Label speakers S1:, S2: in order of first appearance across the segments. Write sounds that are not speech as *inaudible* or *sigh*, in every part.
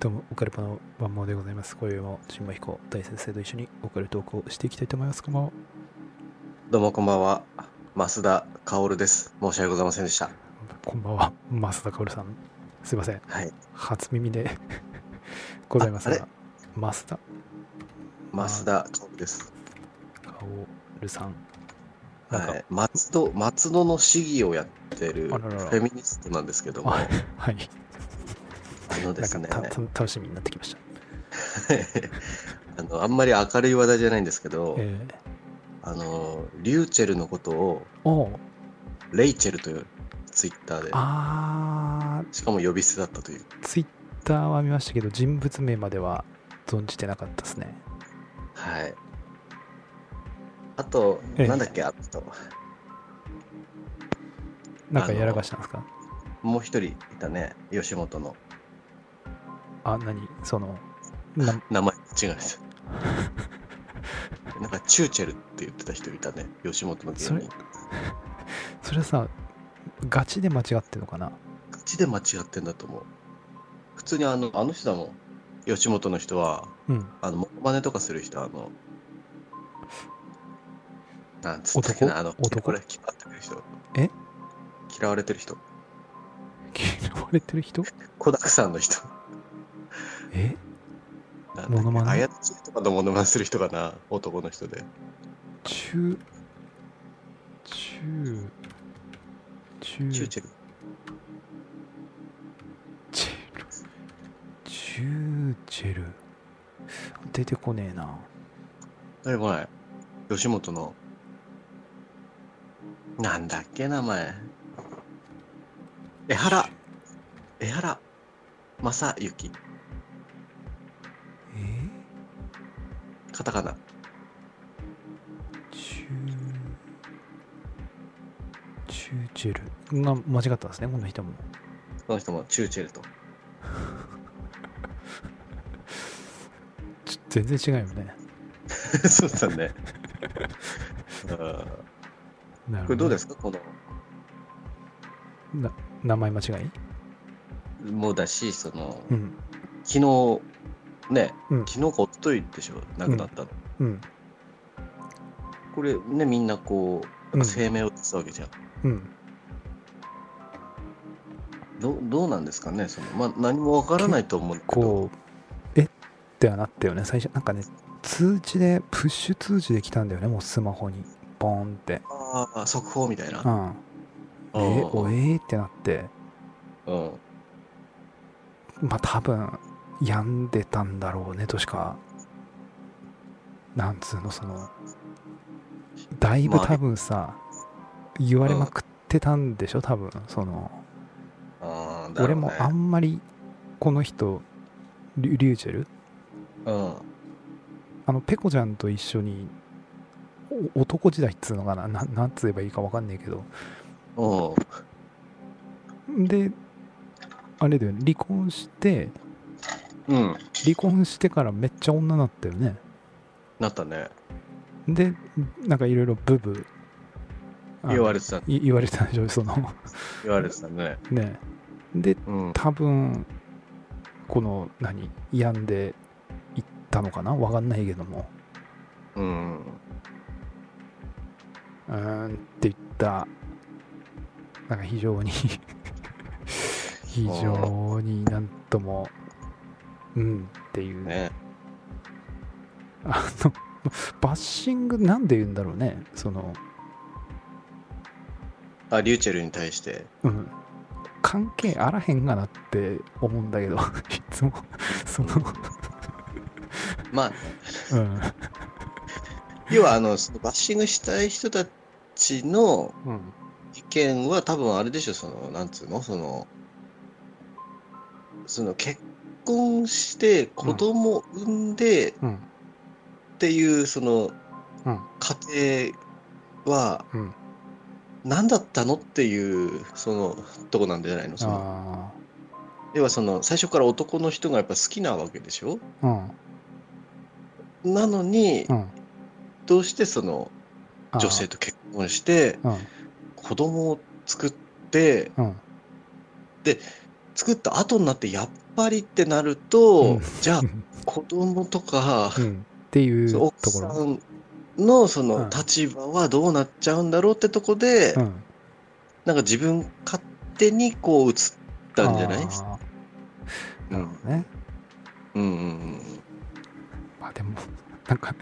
S1: どうも、オカルパの万能でございます。今宵も、新馬彦大先生と一緒にオカルトークをしていきたいと思います。こんばんは。
S2: どうもこんばんは。増田薫です。申し訳ございませんでした。
S1: こんばんは、増田薫さん。すいません、
S2: はい。
S1: 初耳で *laughs* ございますが
S2: あ、
S1: 増田
S2: 増田薫です。
S1: 薫さん。なんか
S2: はい。松戸、松戸の市議をやってるフ
S1: あららら
S2: ェミニストなんですけども、
S1: あ
S2: あ
S1: はい、
S2: のです
S1: なん
S2: ね
S1: か、たた楽しみになってきました。
S2: あの、あんまり明るい話題じゃないんですけど、
S1: え
S2: あの、リューチェルのことを
S1: ー、おう
S2: レイチェルというツイッターで、
S1: あ
S2: しかも呼び捨てだったという。
S1: ー、ツイッターは見ましたけど、人物名までは存じてなかったですね。
S2: はい。あと、
S1: ええ
S2: なんだっけ、あと、
S1: なんかやらかしたんですか
S2: もう一人いたね、吉本の
S1: あ、何その、な
S2: 名前違うんですよなんかチューチェルって言ってた人いたね吉本の芸
S1: それ
S2: 人
S1: それはさガチで間違ってるのかな
S2: 口で間違ってんだと思う普通にあのあの人だもん吉本の人は
S1: うん
S2: あのモノマネとかする人あのなんつったっけな
S1: 男
S2: あの
S1: 男
S2: これ嫌われてる人
S1: え
S2: 嫌われてる人
S1: 嫌われてる人
S2: 子だくさんの人
S1: え
S2: なんだっけ
S1: モノマネ
S2: あやつとかのモノマネする人かな男の人で
S1: 中中中
S2: チューチェル
S1: チェルチューチェル出てこねえな
S2: だいぶ前、吉本の、なんだっけ、名前。江原、江原正幸、
S1: え
S2: カタカナ。
S1: チューチューチェルが間違ったんですねこの人も
S2: この人もチューチェルと。 *laughs*
S1: ち全然違うよね
S2: そうだね。うん
S1: なる
S2: これどうですすかこ
S1: 名前間違い
S2: の、もうだし、その、
S1: うん
S2: 昨日、ね、
S1: うん
S2: 昨日かおとといでしょ、亡くなったの。
S1: うん
S2: これね、みんなこう、なんか声明を出すわけじゃん。
S1: うん
S2: どうどうなんですかねその、まあ、何もわからないと思うけど。
S1: こう、えってはなったよね、最初、なんかね、通知で、プッシュ通知で来たんだよね、もうスマホに、ボーンって。
S2: ああ、速報みたいな。
S1: う
S2: うん
S1: ん。え、おえーってなって、
S2: うん。
S1: まあ多分、病んでたんだろうねとしか、なんつうの、その、だいぶ
S2: まあ
S1: 多分さ、言われまくってたんでしょ、多分、その、
S2: ああ、だ
S1: 俺
S2: ろうね
S1: もあんまり、この人、リュリューチェル
S2: うん。
S1: あのペコちゃんと一緒にお男時代っつうのかなななんつえばいいかわかんねえけど
S2: うん。
S1: であれだよね離婚して
S2: うん。
S1: 離婚してからめっちゃ女なったよね
S2: なったね。
S1: でなんかいろいろブブあの
S2: 言われてた、
S1: い言われてたでしょその *laughs*
S2: 言われてたね。
S1: ねで
S2: うん。
S1: 多分この何病んでいったのかなわかんないけども
S2: うん。
S1: うーんって言った、なんか非常に、 *laughs* 非常になんとも、うんっていう、
S2: ね。
S1: あの、バッシングなんで言うんだろうね、その、
S2: あ、リューチェルに対して。
S1: うん、関係あらへんがなって思うんだけど、い *laughs* つも、その、
S2: まあ、
S1: うん、
S2: 要は、あの、そのバッシングしたい人たちの
S1: うん、
S2: 意見は多分あれでしょ、その、なんつうのその、その、結婚して子供を産んでっ
S1: うん、
S2: ていう、その、
S1: うん
S2: 家庭は、
S1: うん、
S2: 何だったのっていうそのとこなんじゃないのその
S1: あ
S2: 要はその最初から男の人がやっぱ好きなわけでしょ
S1: あ、うん、
S2: なのに、
S1: うん、
S2: どうしてその
S1: あー
S2: 女性、と結婚して
S1: うん、
S2: 子供を作って
S1: うん、
S2: 作った後になってやっぱりってなる
S1: う
S2: と、
S1: ん
S2: じゃあ子供とか、
S1: うんって *laughs* いう
S2: そ
S1: と
S2: う
S1: こ
S2: 奥さ
S1: ろ。
S2: んのそうの
S1: ん
S2: 立場はどうなっちゃうんだろうってとこで、
S1: うん、
S2: なんか自分勝手にこう映ったんじゃない
S1: あー
S2: う
S1: なんるほどね。
S2: うんうんうん。
S1: まあでも、なんか、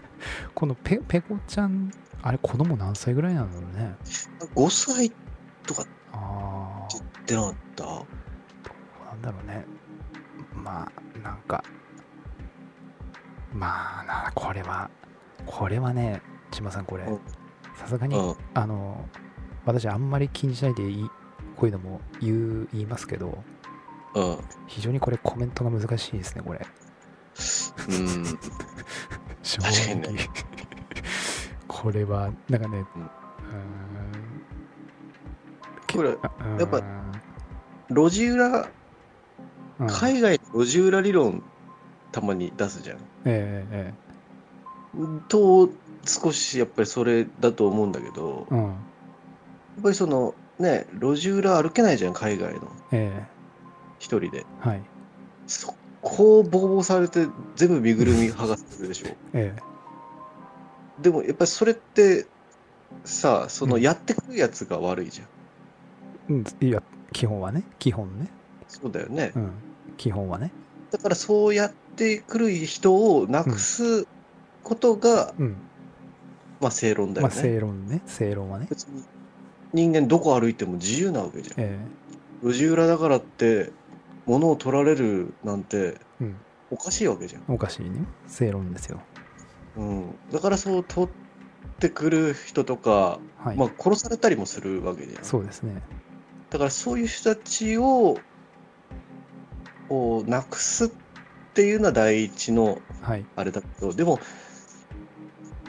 S1: このペペコちゃん、あれ、子供何歳ぐらいなんだろうね。
S2: 5歳とかっ
S1: あ
S2: て言ってなかった
S1: あ、なんだろうね。まあ、なんか、まあな、これは、これはね、千葉さん、これ
S2: うん、
S1: さすが
S2: う
S1: に、
S2: ん。
S1: あの、私、あんまり気にしないでいい、こういうのも言う、言いますけど、
S2: うん。
S1: 非常にこれコメントが難しいですね、これ。
S2: うん。
S1: 正
S2: 確か
S1: 直
S2: にね
S1: *laughs* これはなんかね、
S2: うん
S1: うーん
S2: これ
S1: けあ
S2: やっぱ路地裏、
S1: うんうん
S2: 海外の路地裏理論、たまに出すじゃん。
S1: えええ
S2: と、少しやっぱりそれだと思うんだけど、
S1: えう
S2: や
S1: ん
S2: っぱりその、ね、路地裏歩けないじゃん、海外の、
S1: え
S2: 一人で。
S1: えはい
S2: そこをボコボコされて、全部身ぐるみ剥がされるでしょ。
S1: え
S2: でもやっぱりそれって、さあ、そのやってくるやつが悪いじゃん。
S1: えうんいや基本はね基本ね
S2: そうだよね。
S1: うん基本はね
S2: だからそうやってくる人をなくすことが、
S1: うん
S2: まあ正論だ
S1: ま
S2: よ
S1: あ
S2: ね。
S1: 正論ね正論はね
S2: 別に人間どこ歩いても自由なわけじゃん。
S1: え
S2: 路地裏だからって物を取られるなんて
S1: うん
S2: おかしいわけじゃん。
S1: えおかしいね正論ですよ
S2: うん、だからそう取ってくる人とか、
S1: はい、
S2: まあ、殺されたりもするわけじゃん。
S1: そうですね
S2: だからそういう人たちをこうなくすっていうのは第一の
S1: はい
S2: あれだけどでも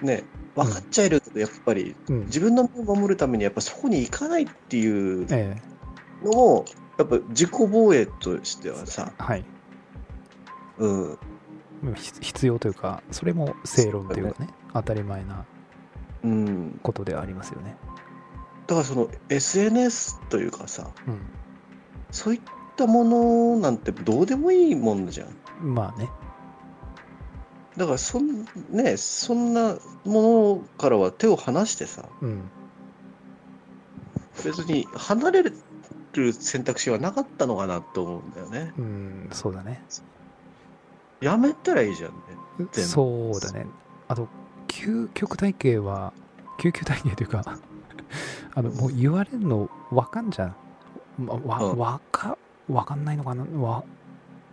S2: ね分かっちゃいるけどやっぱり
S1: うん
S2: 自分の身を守るためにやっぱそこに行かないっていう
S1: ええ
S2: のもやっぱ自己防衛としてはさ、
S1: はい
S2: うん、
S1: まあ必必要というかそれも正論というかね当たり前な
S2: うん、
S1: ことではありますよね
S2: だからその SNS というかさ
S1: うん
S2: そういったものなんてどうでもいいもんじゃん
S1: まあね、
S2: だからそん,、ね、そんなものからは手を離してさ
S1: うん、
S2: 別に離れる選択肢はなかったのかなと思うんだよね
S1: うん、そうだね。
S2: やめたらいいじゃんね部
S1: そうだね。あと、究極体系は、究極体系というか、 *laughs* あの、もう言われるのわかんじゃん。まわ、
S2: うん
S1: わか、わかんないのかなわ、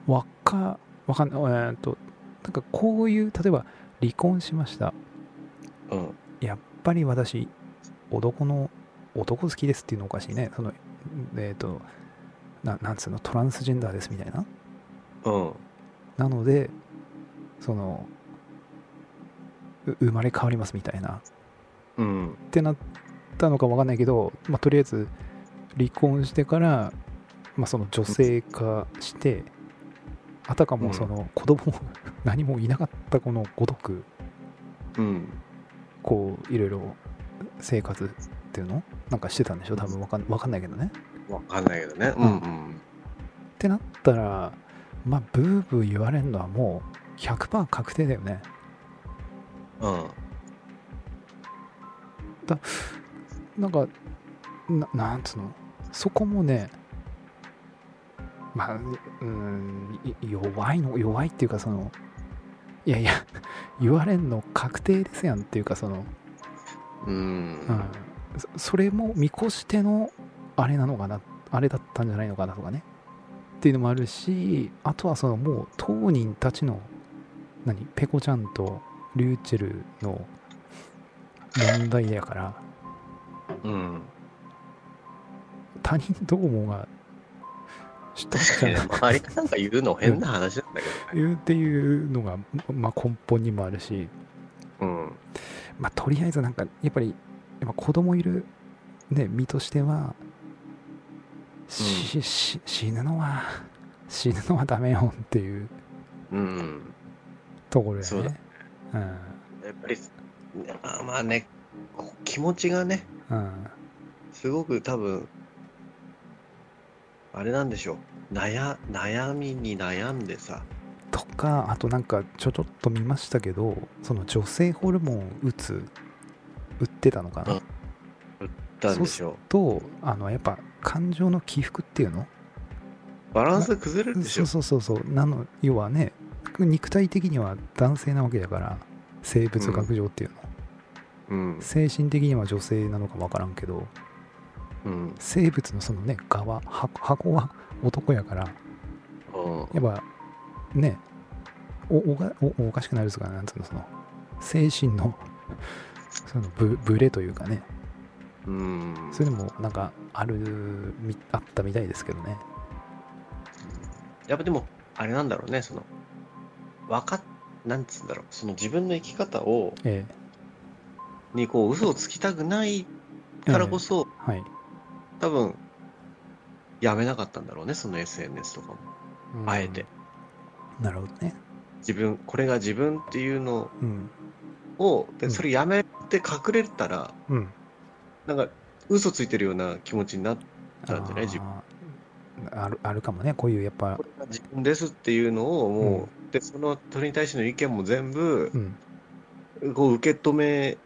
S1: わか、わかんない、えーっと、なんかこういう、例えば、離婚しました。
S2: うん
S1: やっぱり私、男の、男好きですっていうのおかしいね。その、えーっと、ななんつうの、トランスジェンダーですみたいな。
S2: うん
S1: なのでそのう生まれ変わりますみたいな
S2: うん
S1: ってなったのかわかんないけど、まあ、とりあえず離婚してから、まあ、その女性化してあたかもその子供も *laughs* 何もいなかった子のごとく
S2: うん
S1: こういろいろ生活っていうのなんかしてたんでしょ多分わかんわかんないけどね。
S2: わかんないけどね。うんうん。
S1: ってなったらまあブーブー言われるのはもう100%確定だよね。
S2: うん。
S1: なんかななんつうのそこもねまあうんい弱いの弱いっていうかそのいやいや *laughs* 言われんの確定ですやんっていうかその、う
S2: う
S1: ん
S2: ん。
S1: そそれも見越してのあれなのかなあれだったんじゃないのかなとかねっていうのもあるしあとはそのもう当人たちの何ペコちゃんとリューチェルの問題やから
S2: うん。
S1: 他人どう思うが知ったことじゃない
S2: 周りがなんか言うの変な話なんだけ
S1: 言うっていうのが、まあ、根本にもあるし、
S2: ど。うん。
S1: まあ、とりあえずなんかやっぱりやっぱ子供いる、ね、身としてはし、し死ぬのは死ぬのはダメよっていう
S2: うん。
S1: ところや
S2: そうだ
S1: ね。うん
S2: やっぱり、あまあね、こ気持ちがね、
S1: うん
S2: すごく多分、あれなんでしょう悩悩みに悩んでさ
S1: とかあとなんかちょちょっと見ましたけどその女性ホルモン打つ売ってたのかな、
S2: うんたんでしょ
S1: とあのやっぱ感情の起伏っていうの
S2: うバランス崩れるでし
S1: そ
S2: ょ
S1: うそうそうそうなの要はね肉体的には男性なわけだから生物学上っていうの、
S2: うん
S1: 精神的には女性なのかもわからんけど
S2: うん
S1: 生物のそのね側箱箱は男やから
S2: うん
S1: やっぱねおおがおおかしくなるとかなんつうのその精神の *laughs* そのブブレというかね
S2: うん
S1: そういうのもなんかあるみあったみたいですけどね
S2: やっぱでもあれなんだろうねそのわかっなんつうんだろうその自分の生き方を
S1: ええ
S2: にこう嘘をつきたくないからこそ、
S1: はい、
S2: 多分やめなかったんだろうねその SNS とかもあえて
S1: なるほどね
S2: 自分これが自分っていうの
S1: うん
S2: を
S1: う
S2: で
S1: ん
S2: それやめて隠れたら、
S1: うん
S2: なんか嘘ついてるような気持ちになってなんじゃない自
S1: あーあるあるかもねこういうやっぱ
S2: これが自分ですっていうのをもう、でそのそれに対しての意見も全部
S1: うん
S2: こう受け止め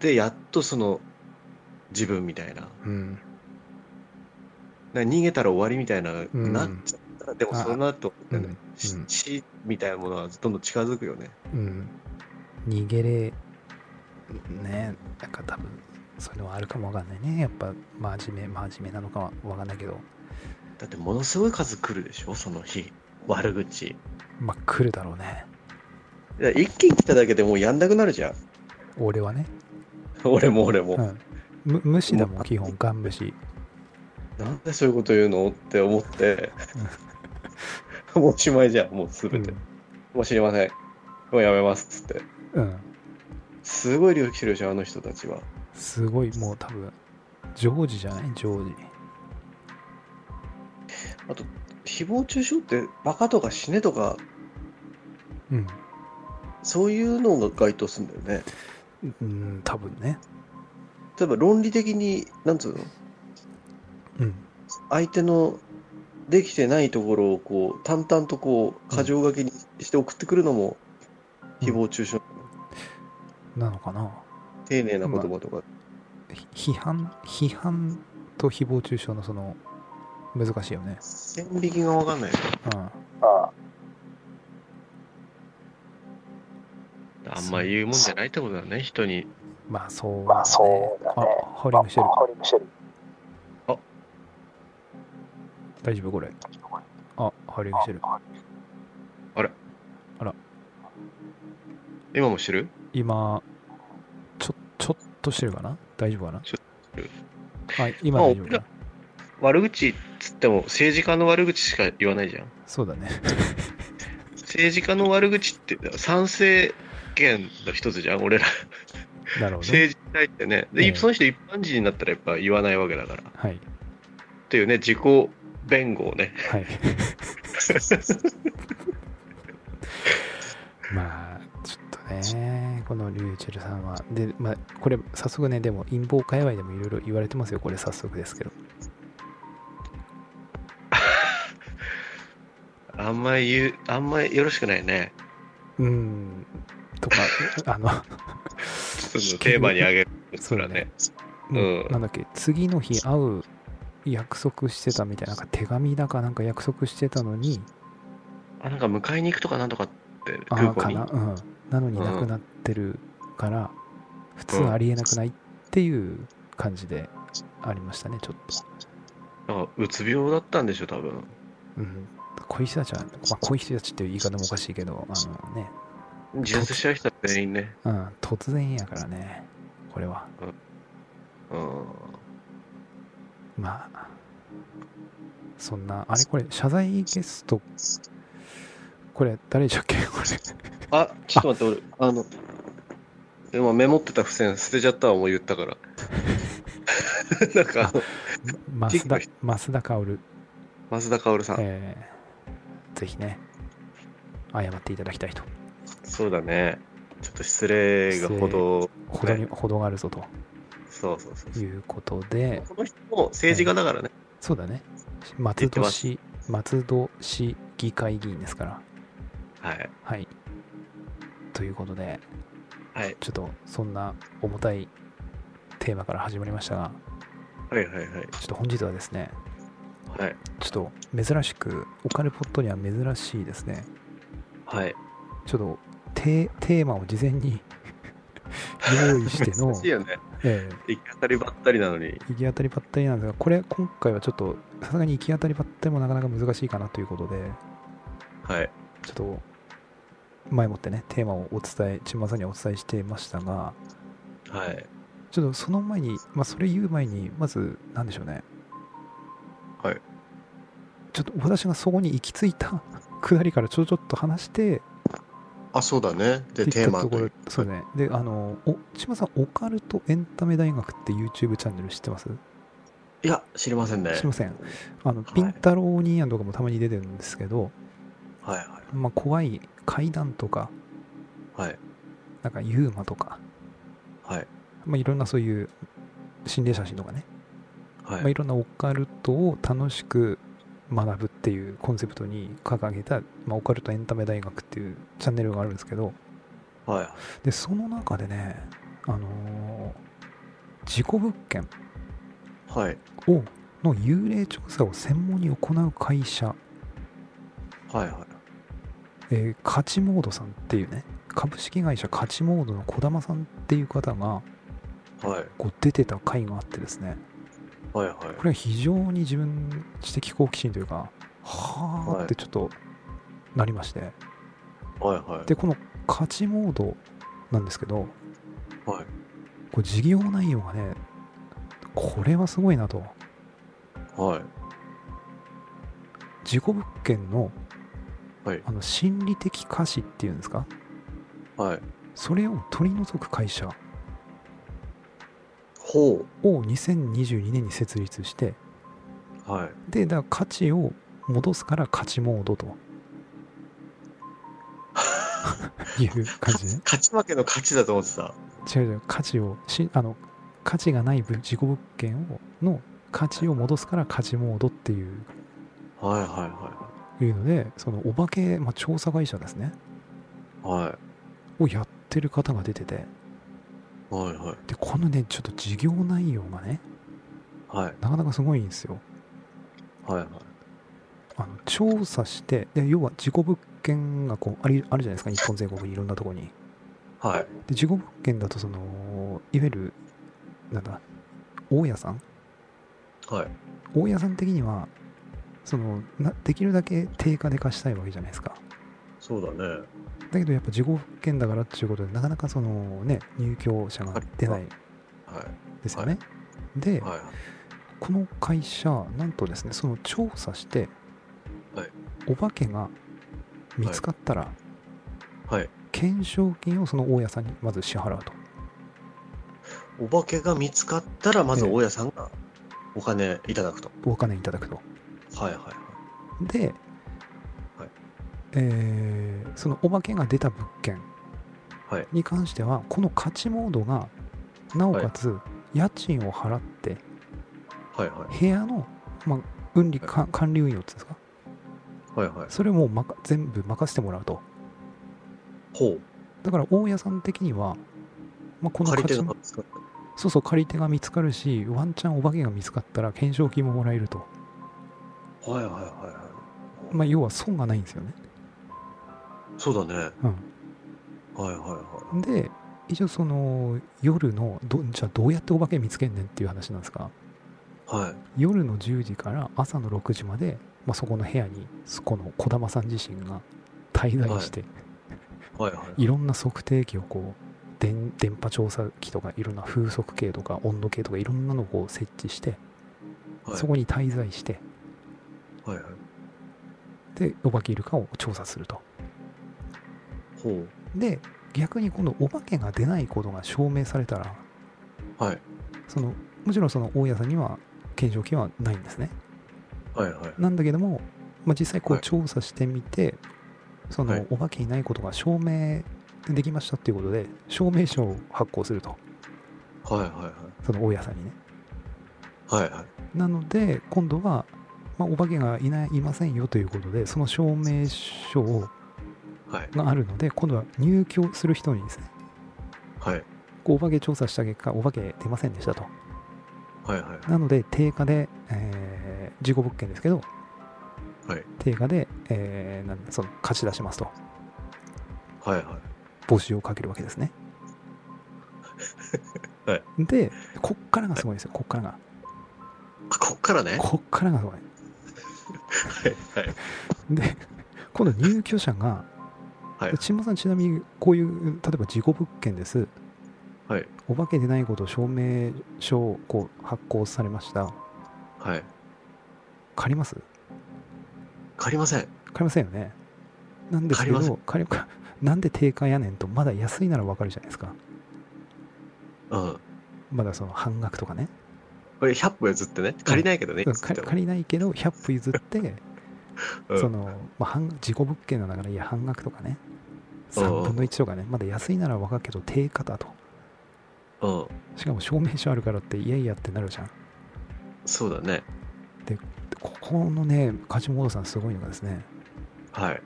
S2: てやっとその自分みたいな
S1: うん
S2: なんか逃げたら終わりみたいな、
S1: うん
S2: なっちゃったらでも
S1: あ
S2: その後、
S1: う
S2: なんんかし
S1: うん
S2: 死みたいなものはどんどん近づくよね
S1: うん逃げれねなんか多分そういうのはあるかもわかんないねやっぱ真面目真面目なのかはわかんないけど
S2: だってものすごい数来るでしょその日悪口
S1: まあ来るだろうね
S2: いや一気に来ただけでもうやんなくなるじゃん *laughs*
S1: 俺はね、
S2: 俺も俺も、
S1: うん、む無視だも
S2: も
S1: ん
S2: う
S1: 基本ガン無視
S2: なんでそういうこと言うのって
S1: *laughs*
S2: 思って、もうおしまいじゃん、もうす
S1: う
S2: べ
S1: ん
S2: て。、もう知りません。もうやめます、つって。
S1: うん、
S2: すごい量来てるでしょ、あの人たちは。
S1: すごいもう多分ジョージじゃないジョージ
S2: 誹謗中傷って、バカとか死ねとか、
S1: うん
S2: そういうのが該当するんだよね。
S1: うん多分ね
S2: 例えば論理的に、なんつうの
S1: うん
S2: 相手のできてないところをこう、淡々とこう、過剰書きにして送ってくるのも、誹謗中傷。
S1: なのかな
S2: 丁寧な言葉とか。
S1: ひ批判批判と誹謗中傷のその難しいよね
S2: 線引きがわかんないよね。
S1: うん
S2: あんま言うもんじゃないってことだね、人に。
S1: まあそう、
S3: まあそうだね
S1: あホーリングしてる
S3: ホーリングしてる。
S1: 大丈夫これあホーリングしてる
S2: 今もしてる
S1: 今ちょちょっとしてるかな大丈夫かな
S2: ちょっ
S1: はい今
S2: まあ
S1: 大丈夫かな
S2: 悪口っつっても政治家の悪口しか言わないじゃん
S1: そうだね *laughs*
S2: 政治家の悪口って賛成権の一つじゃん俺ら
S1: なるほどね
S2: 政治に対してねで、
S1: ええ
S2: その人一般人になったらやっぱ言わないわけだからっ
S1: はい
S2: ていうね自己弁護をね
S1: はいまあちょっとねこのリューチェルさんはでまあこれ早速ねでも陰謀界隈でもいろいろ言われてますよこれ早速ですけど
S2: あんまり言うあんまりよろしくないね
S1: うんとか *laughs* あの
S2: そのテーマにあげるそらねうん
S1: なんだっけ次の日会う約束してたみたいななんか手紙だかなんか約束してたのに
S2: あなんか迎えに行くとかなんとかって
S1: あ
S2: 空
S1: あ
S2: 港
S1: か
S2: に
S1: なうんなのになくなってるから、普通ありえなくないっていう感じでありましたねちょっと、
S2: なんかうつ病だったんでしょ多分
S1: うん、こういう人たちは、まあ、こういう人たちっていう言い方もおかしいけどあのね、
S2: 自殺しちゃう人は全員ね
S1: うん、突然やからねこれは
S2: うん
S1: まあそんなあれこれ謝罪ゲストこれ誰でしたっけ
S2: *laughs*
S1: これ
S2: あ、ちょっと待って、俺、あの、今メモってた付箋捨てちゃったわ、もう言っ
S1: *laughs*
S2: たから。なんか、
S1: 増田増田薫
S2: 増田薫さん。
S1: えーぜひね、謝っていただきたいと。
S2: そうだね。ちょっと失礼がほど、
S1: ほどに、ほどがあるぞと
S2: そうそうそうそ
S1: いうことで
S2: う。、この人も政治家だからね。
S1: そうだね。松
S2: 言って
S1: 戸
S2: ます
S1: 市松戸市議会議員ですから
S2: はい。
S1: はいということで
S2: はい。
S1: ちょっとそんな重たいテーマから始まりましたが
S2: はいはいはい。
S1: ちょっと本日はですね
S2: はい。
S1: ちょっと珍しくオカルポットには珍しいですね
S2: はい。
S1: ちょっとテテーマを事前
S2: *laughs*
S1: に用意しての
S2: 難、しいよね。
S1: ええ
S2: 行き当たりばったりなのに。
S1: 行き当たりばったりなんですがこれ今回はちょっとさすがに行き当たりばったりもなかなか難しいかなということで
S2: はい。
S1: ちょっと前もってねテーマをお伝え千葉さんにはお伝えしていましたが
S2: はい。
S1: ちょっとその前に、まあ、それ言う前にまず何でしょうね
S2: はい
S1: ちょっと私がそこに行き着いた *laughs* くだりからちょちょっと話して
S2: あ、そうだね。で、
S1: って
S2: テ
S1: い
S2: ー
S1: っ
S2: マ
S1: たと
S2: と
S1: ころ
S2: いう
S1: そうねであのお千葉さんオカルトエンタメ大学って YouTube チャンネル知ってます
S2: いや、知りませんね。
S1: 知りませんあの、
S2: はい
S1: ピンタローお兄やんとかもたまに出てるんですけど、
S2: はいは
S1: まあ、怖い怪談とか、
S2: い。はい。
S1: なんかユーマとか、
S2: はい。
S1: まあ、いろんなそういう心霊写真とかね、まあ、
S2: はいい。
S1: ろんなオカルトを楽しく学ぶっていうコンセプトに掲げた、まあ、オカルトエンタメ大学っていうチャンネルがあるんですけど、
S2: はい。
S1: で、その中でね、あのー事故物件
S2: はい。
S1: を、の幽霊調査を専門に行う会社、
S2: はい。はい。
S1: えーカチモードさんっていうね株式会社カチモードの児玉さんっていう方が
S2: はい。
S1: こう出てた回があってですね
S2: はい。はい
S1: こ。れは非常に自分知的好奇心というかは
S2: は
S1: あ
S2: い
S1: ってちょっとなりまして、
S2: はい。はい。
S1: でこのカチモードなんですけど
S2: はい。
S1: こう事業内容がねこれはすごいなと
S2: はい。
S1: 事故物件の,、
S2: はい
S1: あの心理的瑕疵っていうんですか
S2: はい。
S1: それを取り除く会社
S2: ほ
S1: を2022年に設立して
S2: う。はい。
S1: でだから価値を戻すから価値モード
S2: *laughs*
S1: という感じね
S2: 勝ち負けの勝ちだと思ってた。
S1: 違う違う価値をしあの価値がない事故物件をの価値を戻すから価値モードっていう
S2: はい。は
S1: いうのでそのお化け、まあ、調査会社ですね
S2: い。はい。はい。
S1: をやってる方が出てて
S2: はい。はい。
S1: でこのねちょっと事業内容がね
S2: はい。
S1: なかなかすごいんですよ
S2: はい。
S1: あの調査してで要は事故物件がこうありあるじゃないですか日本全国にいろんなところに
S2: はい。
S1: で事故物件だとそのいわゆるなんだ大家さん
S2: はい。
S1: 大家さん的にはそのなできるだけ低価で貸したいわけじゃないですか
S2: そうだね。
S1: だけどやっぱ事故物件だからっていうことでなかなかそのね入居者が出ない
S2: は
S1: ですよね、で、
S2: い。はい。
S1: この会社なんとですねその調査して、
S2: はい
S1: お化けが見つかったら、
S2: はい。
S1: 懸賞金をその大家さんにまず支払うと
S2: お化けが見つかったら、まず大家さんがお金いただくと。
S1: お金いただくと
S2: はいはいはい。
S1: で、
S2: はい
S1: えーそのお化けが出た物件
S2: はい
S1: に関しては、この価値モードがなおかつ家賃を払って
S2: はいはい。
S1: 部屋の、まあ、運理か管理運用っていうんですか
S2: はいはい。
S1: それをもうまか全部任せてもらうと
S2: ほう。
S1: だから大家さん的には、まあ、この
S2: 借
S1: 価
S2: り手
S1: 値
S2: が見つかった。
S1: そうそう借り手が見つかるしワンチャンお化けが見つかったら懸賞金ももらえると、
S2: はいはいはいは
S1: まあ、要は損がないんですよね、
S2: い。そうだね。
S1: うん、
S2: はいはいは
S1: で一応その夜のどじゃあどうやってお化け見つけんねんっていう話なんですが
S2: い。はい。
S1: 夜の10時から朝の6時まで、まあ、そこの部屋にそこの児玉さん自身が滞在して、、
S2: はいはい
S1: ろんな測定器をこう電電波調査器とかいろんな風速計とか温度計とかいろんなのをこう設置して、
S2: い。
S1: そこに滞在して
S2: はいはい。
S1: でお化けいるかを調査すると
S2: ほう。
S1: で逆に今度お化けが出ないことが証明されたら
S2: はい。
S1: そのもちろんその大家さんには懸賞金はないんですね
S2: はいはい。
S1: なんだけども、まあ、実際こう
S2: はい
S1: 調査してみて、そ
S2: は
S1: の
S2: い
S1: お化けいないことが証明できましたっていうことで証明書を発行すると
S2: はいはい
S1: その大家さんにね
S2: はい。はいはい。
S1: なので今度は、まあ、お化けがいないいませんよということでその証明書を
S2: はい。
S1: があるので今度は入居する人にですね
S2: はい。
S1: こうお化け調査した結果お化け出ませんでしたと
S2: はい。はい。
S1: なので定価で、えー事故物件ですけど、
S2: はい
S1: 定価で、えーなんだその貸し出しますと
S2: はい。はい。
S1: 募集をかけるわけですね
S2: *laughs* はい
S1: でこっからがすごいんですよこっからが
S2: あ、こっからね。
S1: こっからがすごい
S2: はい。はい。
S1: で *laughs* 今度入居者が
S2: はい
S1: ちんまさんちなみにこういう例えば事故物件です、
S2: はい
S1: お化けでないことを証明書をこう発行されました
S2: はい。
S1: 借ります
S2: 借りません。
S1: 借りませんよねなんですけ
S2: 借りませ
S1: ど借りか *laughs* なんで定価やねんとまだ安いならわかるじゃないですか
S2: うん。
S1: まだその半額とかね
S2: これ100歩譲ってね。借りないけどね。
S1: うん
S2: 譲っ
S1: 借
S2: ても
S1: り借りないけど100歩譲って
S2: *laughs* うん
S1: その、まあ、半事故物件なんだからいや半額とかね
S2: うんうん
S1: 3分の1とかねまだ安いならわかるけど定価だと
S2: うん。
S1: しかも証明書あるからっていやいやってなるじゃんで
S2: そうだね。
S1: ここのね勝ち戻さんすごいのがですね
S2: はい。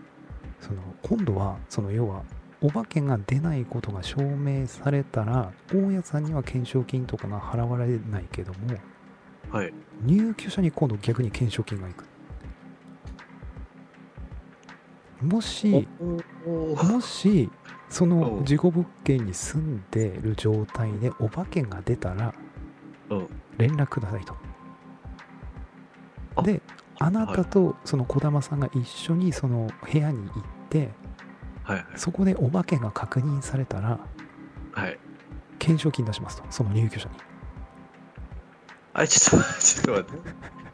S1: その今度はその要はお化けが出ないことが証明されたら大家さんには懸賞金とかが払われないけども
S2: はい。
S1: 入居者に今度逆に懸賞金がいくもし
S2: おー
S1: もしその
S2: お
S1: 事故物件に住んでる状態でお化けが出たら
S2: うん
S1: 連絡くださいと
S2: あ。
S1: であな
S2: は
S1: た
S2: い
S1: とその児玉さんが一緒にその部屋に行って
S2: はいはい。
S1: そこでお化けが確認されたら
S2: はい。
S1: 懸賞金出しますとその入居者に。
S2: あれ、ちょっと、ちょっと待って。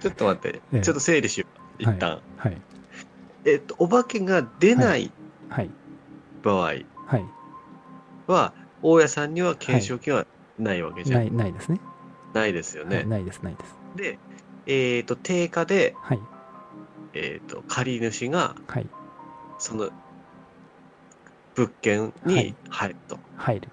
S2: ちょっと待って。
S1: ええ
S2: ちょっと整理しよう。一
S1: はい
S2: 旦。
S1: はい
S2: えっと、お化けが出ない
S1: はい
S2: 場合
S1: はい
S2: は、大家さんには懸賞金はないわけじゃん、
S1: ないないですね
S2: ないですよね。
S1: はいないですないです。
S2: で、えっ、と、定価で、
S1: はい
S2: えっ、と、借り主が、
S1: はい
S2: その、物件に入ると。
S1: 入る。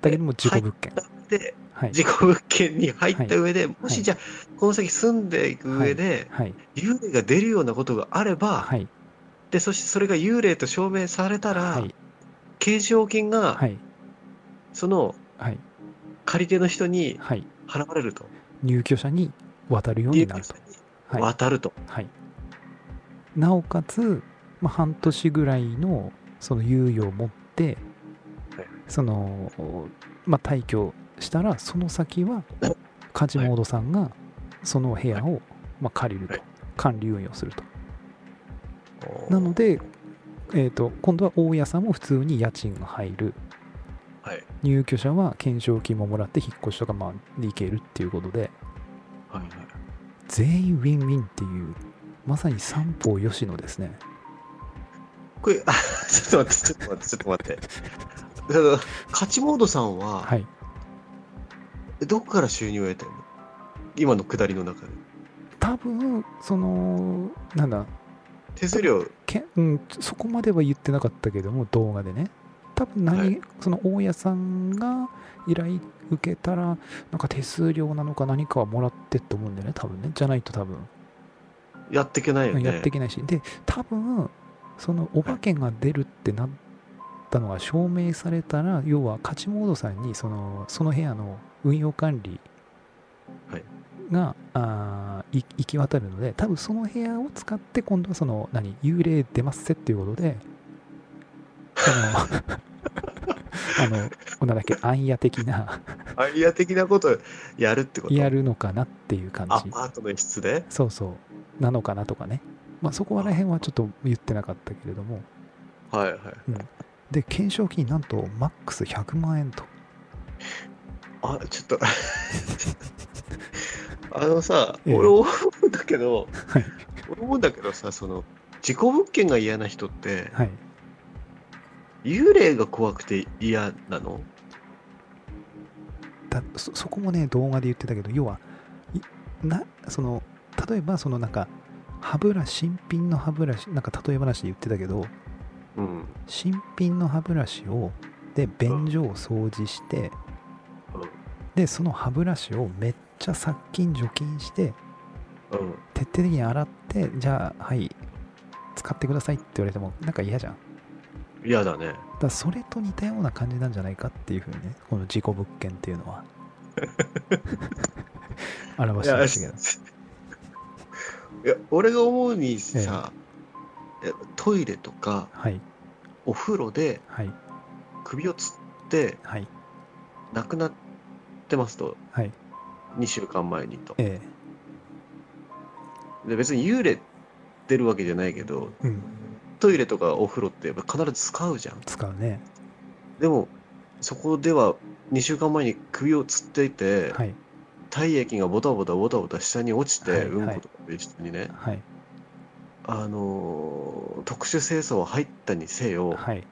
S1: だけども事故物件。
S2: で、
S1: はい
S2: 事故物件に入った上で、も
S1: は
S2: し
S1: い
S2: じゃあ、この先住んでいく上で、
S1: はい
S2: 幽霊が出るようなことがあれば、
S1: はい
S2: で、そしてそれが幽霊と証明されたら、
S1: はい
S2: 懸賞金が、
S1: はい
S2: その、
S1: はい
S2: 借り手の人に
S1: はい
S2: 払われると。
S1: 入居者に渡るようになると。はい
S2: 渡ると。
S1: はい、なおかつ、まあ、半年ぐらいのその猶予を持って、
S2: はい
S1: その、まあ、退去したらその先は梶本さんがその部屋を、まあ、借りると、
S2: はい
S1: 管理運用するとなので、えー、と今度は大家さんも普通に家賃が入る
S2: はい。
S1: 入居者は懸賞金ももらって引っ越しとかまあ行けるっていうことで
S2: はいはい。
S1: 全員ウィンウィンっていうまさに三方よしのですね
S2: これ、あ、ちょっと待って、ちょっと待って、ちょっと待って。だから、勝ちモードさんは、
S1: はい
S2: どこから収入を得てるの今の下りの中で。
S1: 多分そのなんだ
S2: 手数料、
S1: け、うん、そこまでは言ってなかったけども動画でね多分何、
S2: はい
S1: その大家さんが依頼受けたらなんか手数料なのか何かはもらってと思うんだよね多分ねじゃないと多分、
S2: やっていけないよね。
S1: やっていけないしで多分そのお化けが出るってなったのが証明されたら要は勝ちモードさんにそのその部屋の運用管理
S2: はい
S1: が、あーい行き渡るので多分その部屋を使って今度はその何幽霊出ますせっていうことで
S2: *laughs*
S1: あのあのなんだっけ暗夜的な
S2: アイデア的なことをやるってこと
S1: やるのかなっていう感
S2: ア
S1: じ
S2: パートの一室で
S1: そうそうなのかなとかねまあそこら辺はちょっと言ってなかったけれども
S2: はいはい。
S1: で懸賞金なんとマックス100万円と
S2: あ、ちょっと。 *laughs* あのさ、
S1: ええ
S2: 俺思うんだけど、
S1: はい
S2: 俺思うんだけどさ、その、事故物件が嫌な人って、
S1: はい
S2: 幽霊が怖くて嫌なの
S1: だそそこもね動画で言ってたけど要はいなその例えばそのなんか歯ブラシ新品の歯ブラシなんか例え話で言ってたけど
S2: うん。うん
S1: 新品の歯ブラシをで便所を掃除してでその歯ブラシをめっちゃ殺菌除菌して
S2: うん。
S1: 徹底的に洗ってじゃあはい使ってくださいって言われてもなんか嫌じゃんだ
S2: 嫌だね。
S1: からそれと似たような感じなんじゃないかっていうふうにねこの事故物件っていうの
S2: *laughs*
S1: は表してましたけど
S2: いや、俺が思うにさ、えトイレとか
S1: はい
S2: お風呂で
S1: はい
S2: 首をつって
S1: はい
S2: 亡くなってますと、
S1: はい
S2: 2週間前にと。
S1: え
S2: で別に幽霊出るわけじゃないけど、
S1: えうん
S2: トイレとかお風呂ってやっぱ必ず使うじゃん。
S1: 使うね
S2: でも、そこでは2週間前に首をつっていて、
S1: はい
S2: 体液がボタボタボタボタ下に落ち
S1: は
S2: て、
S1: い
S2: うんことかと一緒にね、
S1: はい
S2: あのー特殊清掃入ったにせよ、
S1: はい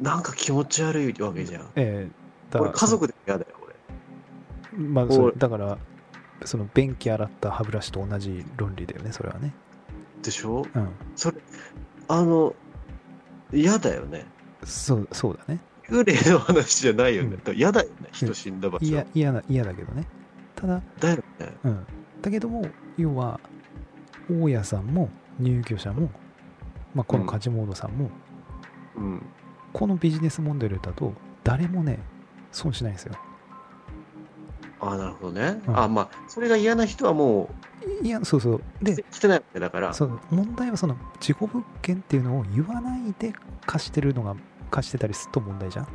S2: なんか気持ち悪いわけじゃん。
S1: ええだ
S2: 俺家族でも嫌だよ、俺。
S1: まあ、そ
S2: お
S1: う
S2: い
S1: だからその便器洗った歯ブラシと同じ論理だよねそれはね
S2: でしょ
S1: うん
S2: あの、嫌だよね。
S1: そうそうだね
S2: 幽霊の話じゃないよね。
S1: うん
S2: だから嫌だよね、人死んだ場所。
S1: 嫌嫌な嫌だけどねただ
S2: だよね。
S1: うん、だけども要は大家さんも入居者も、まあ、この
S2: うん
S1: カジモードさんも、
S2: うん。
S1: このビジネスモデルだと誰もね損しないんですよ
S2: ああ、なるほどね。
S1: うん
S2: あまあ、それが嫌な人はも
S1: いやそうそう
S2: う、
S1: で
S2: 来てないわけだから。
S1: そう問題はその事故物件っていうのを言わないで貸してるのが貸してたりすると問題じゃん、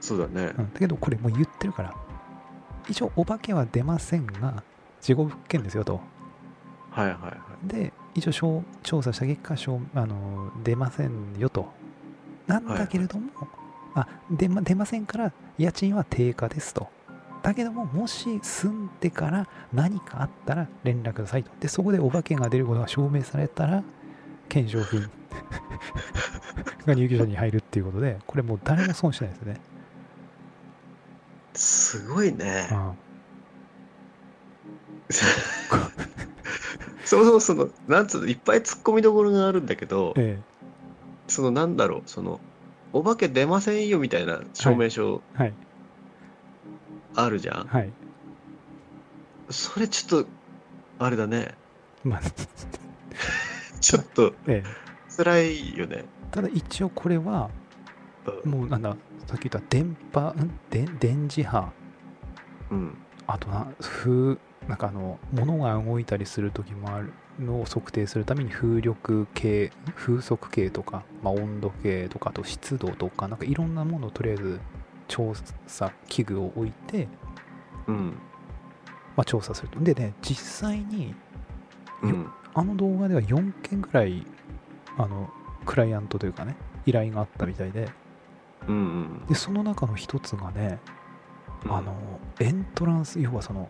S2: そうだね
S1: う。ん、だけどこれもう言ってるから一応お化けは出ませんが事故物件ですよと
S2: はいはいはい。
S1: で一応しょう調査した結果しょうあの出ませんよとなんだけれども、あ出ま出ませんから家賃は低下ですとだけどももし住んでから何かあったら連絡くださいとでそこでお化けが出ることが証明されたら懸賞品が入居者に入るっていうことでこれもう誰も損しないですね、
S2: すごいね
S1: う。ん、
S2: *laughs* そもそもその、なんつうの、いっぱい突っ込みどころがあるんだけど、
S1: え
S2: そのなんだろう、その、お化け出ませんよみたいな証明書
S1: えはい
S2: あるじゃん。
S1: はい
S2: それちょっと、あれだね。
S1: まあ *laughs*
S2: ちょっと
S1: ええ
S2: 辛いよね。
S1: ただ一応これは
S2: うん
S1: もうなんださっき言った電波んで電磁波
S2: うん。
S1: あとな風なんかあの物が動いたりする時もあるのを測定するために風力計風速計とか、まあ、温度計とかあと湿度とかなんかいろんなものをとりあえず調査器具を置いて、
S2: うん。
S1: まあ、調査するとでね実際に
S2: うん。
S1: あの動画では4件ぐらいあのクライアントというかね依頼があったみたいで
S2: うんうん。
S1: でその中の一つがね
S2: うん
S1: あの、エントランス要はその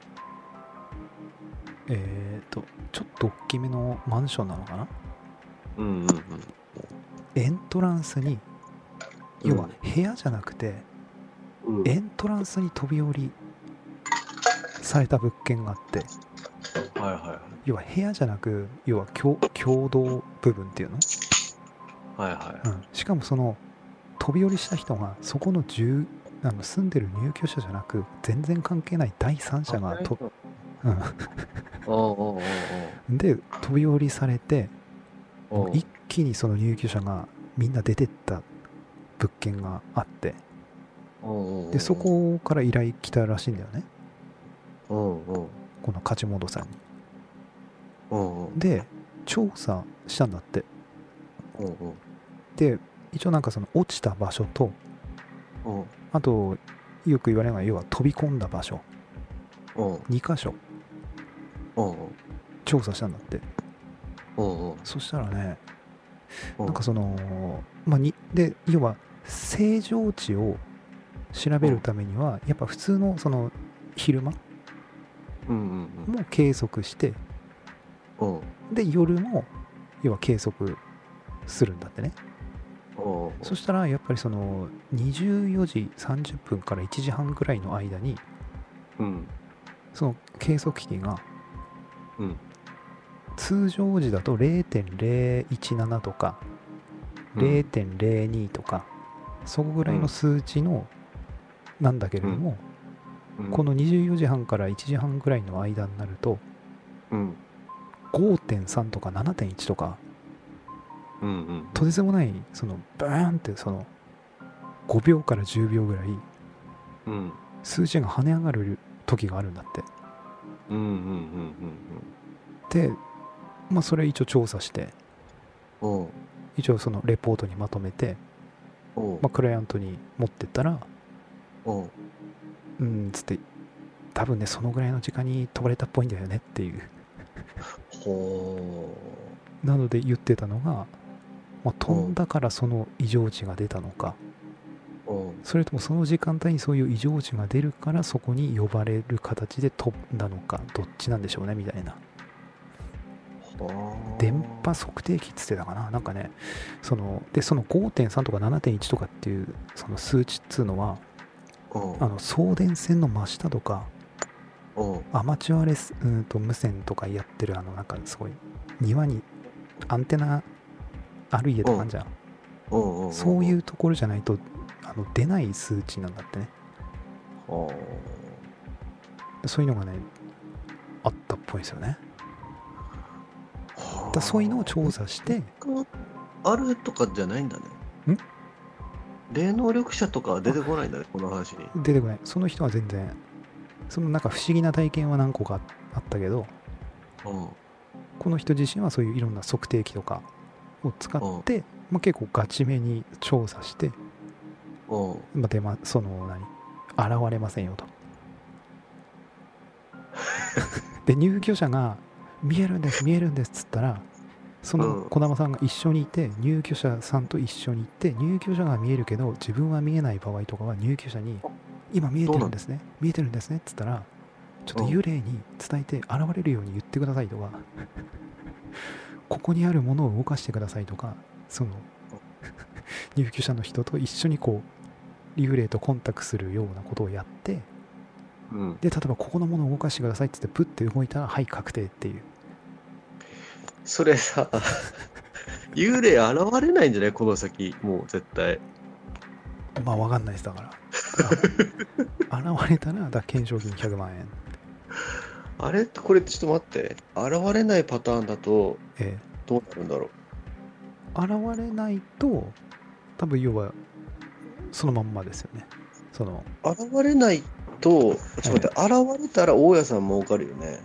S1: えっ、とちょっと大きめのマンションなのかな
S2: うんうんうん。
S1: エントランスに要は部屋じゃなくて、
S2: うん、
S1: エントランスに飛び降りされた物件があって
S2: はいは
S1: 要は部屋じゃなく要は共共同部分っていうの、
S2: いはい。はいは
S1: うん、しかもその飛び降りした人がそこの住あの住んでる入居者じゃなく全然関係ない第三
S2: い。
S1: 者がと、
S2: お
S1: うん
S2: おおうおう
S1: で飛び降りされて
S2: おうおう
S1: 一気にその入居者がみんな出てった物件があって
S2: おうおうおう
S1: でそ。こから依頼来たらしいんだよね
S2: おうおう
S1: この勝ち戻さんに
S2: おうおう
S1: で調査したんだって
S2: おうおう
S1: で一応なんかその落ちた場所と
S2: おう
S1: あとよく言われるのが要は飛び込んだ場所
S2: おう
S1: 2箇所
S2: おう
S1: 調査したんだって
S2: おう
S1: そしたらね
S2: おう
S1: なんかそのまあにで要は正常値を調べるためにはやっぱ普通のその昼間
S2: うんうん
S1: も計測して
S2: うん。おう
S1: で夜も要は計測するんだってね
S2: おう
S1: そしたらやっぱりその24時30分から1時半ぐらいの間に
S2: うん
S1: その計測器が
S2: うん
S1: 通常時だと0.017とか
S2: うん
S1: 0.02とかそこぐらいの数値のなんだけれども
S2: うん
S1: この24時半から1時半ぐらいの間になると
S2: うん
S1: 5.3とか7.1とか
S2: うんうん
S1: とてつもないそのバーンってその5秒から10秒ぐらい
S2: うん
S1: 数字が跳ね上がる時があるんだって
S2: うんうんうん
S1: で、まあ、それ一応調査して
S2: うんうん
S1: 一応そのレポートにまとめて、
S2: おう
S1: まあ、クライアントに持ってったら
S2: おう
S1: うんつって多分ねそのぐらいの時間に飛ばれたっぽいんだよねっていう
S2: ほ
S1: なので言ってたのが、まあ、飛んだからその異常値が出たのか、
S2: うおう
S1: それともその時間帯にそういう異常値が出るからそこに呼ばれる形で飛んだのかどっちなんでしょうねみたいな
S2: はあ
S1: 電波測定器っつってたかななんかねそのでその5.3とか7.1とかっていうその数値っつうのは
S2: おう
S1: あの送電線の真下とか
S2: おう
S1: アマチュアレスうんと無線とかやってるあのなんかすごい庭にアンテナある家とかあんじゃん
S2: おうおう
S1: そういうところじゃないとあの出ない数値なんだってね
S2: は
S1: そういうのがねあったっぽいですよね
S2: あはあ
S1: だからそういうのを調査して
S2: あるとかじゃないんだね
S1: ん
S2: 霊能力者とかは出てこないんだねこの話に
S1: 出てこないその人は全然そのなんか不思議な体験は何個かあったけど
S2: うん
S1: この人自身はそういういろんな測定器とかを使って、まあ、結構ガチめに調査して、
S2: うん
S1: まあ、でまその何現れません
S2: *laughs*
S1: よとで入居者が見えるんです見えるんですっつったらその
S2: うん
S1: 児玉さんが一緒にいて入居者さんと一緒に行って入居者が見えるけど自分は見えない場合とかは入居者に「今見えてるんですね見えてるんですね」っつったらちょっと幽霊に伝えて現れるように言ってくださいとかここにあるものを動かしてくださいとかその入居者の人と一緒にこう幽霊とコンタクトするようなことをやって
S2: うん
S1: で例えばここのものを動かしてくださいっつってプッて動いたらはい確定っていう
S2: それさ幽霊現れないんじゃないこの先もう絶対
S1: まあわかんないですだからあ現れたらだから懸賞金100万円
S2: あれこれちょっと待って現れないパターンだと
S1: ええ
S2: どうなるんだろう
S1: 現れないと多分要はそのまんまですよねその
S2: 現れないと、ちょっと待って、現れたら大家さん儲かるよね。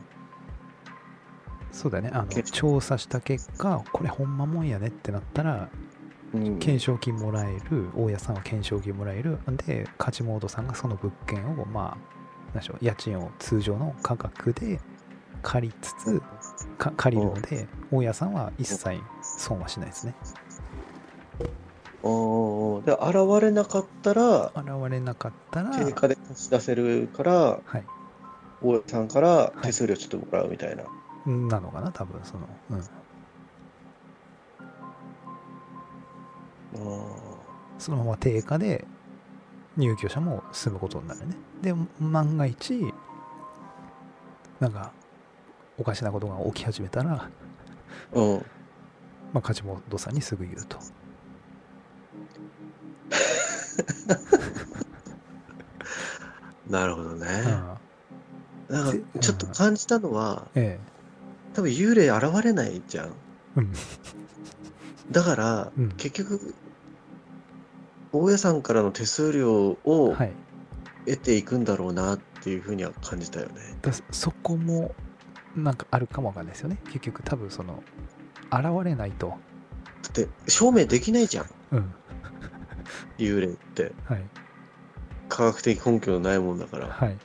S1: そうだよねあの
S2: 検証
S1: 調査した結果これほんまもんやねってなったら
S2: うん
S1: 懸賞金もらえる大家さんは懸賞金もらえるで勝ちモードさんがその物件をまあ何でしょう家賃を通常の価格で借りつつか借りるので大家さんは一切損はしないですね
S2: おーで、現れなかったら、
S1: 現れなかったら
S2: 定価で貸し出せるから、
S1: はい
S2: 大家さんから手数料ちょっともらうみたいな。
S1: なのかな多分そのうん
S2: あ
S1: そのまま定価で入居者も住むことになるねで万が一なんかおかしなことが起き始めたら、ま
S2: ーうん。
S1: あ、勝ち元さんにすぐ言うと
S2: なるほどね。
S1: ああ
S2: なん
S1: ぜ
S2: か、ちょっと感じたのは、
S1: え
S2: 多分幽霊現れないじゃん。
S1: うん
S2: だから、
S1: うん
S2: 結局、大家さんからの手数料
S1: え
S2: を
S1: はい
S2: 得ていくんだろうなっていうふうには感じたよね。
S1: だそこもなんかあるかもわかんないですよね結局多分その現れないと
S2: だって証明できないじゃん
S1: うん
S2: 幽霊って
S1: はい
S2: 科学的根拠のないもんだから、
S1: はい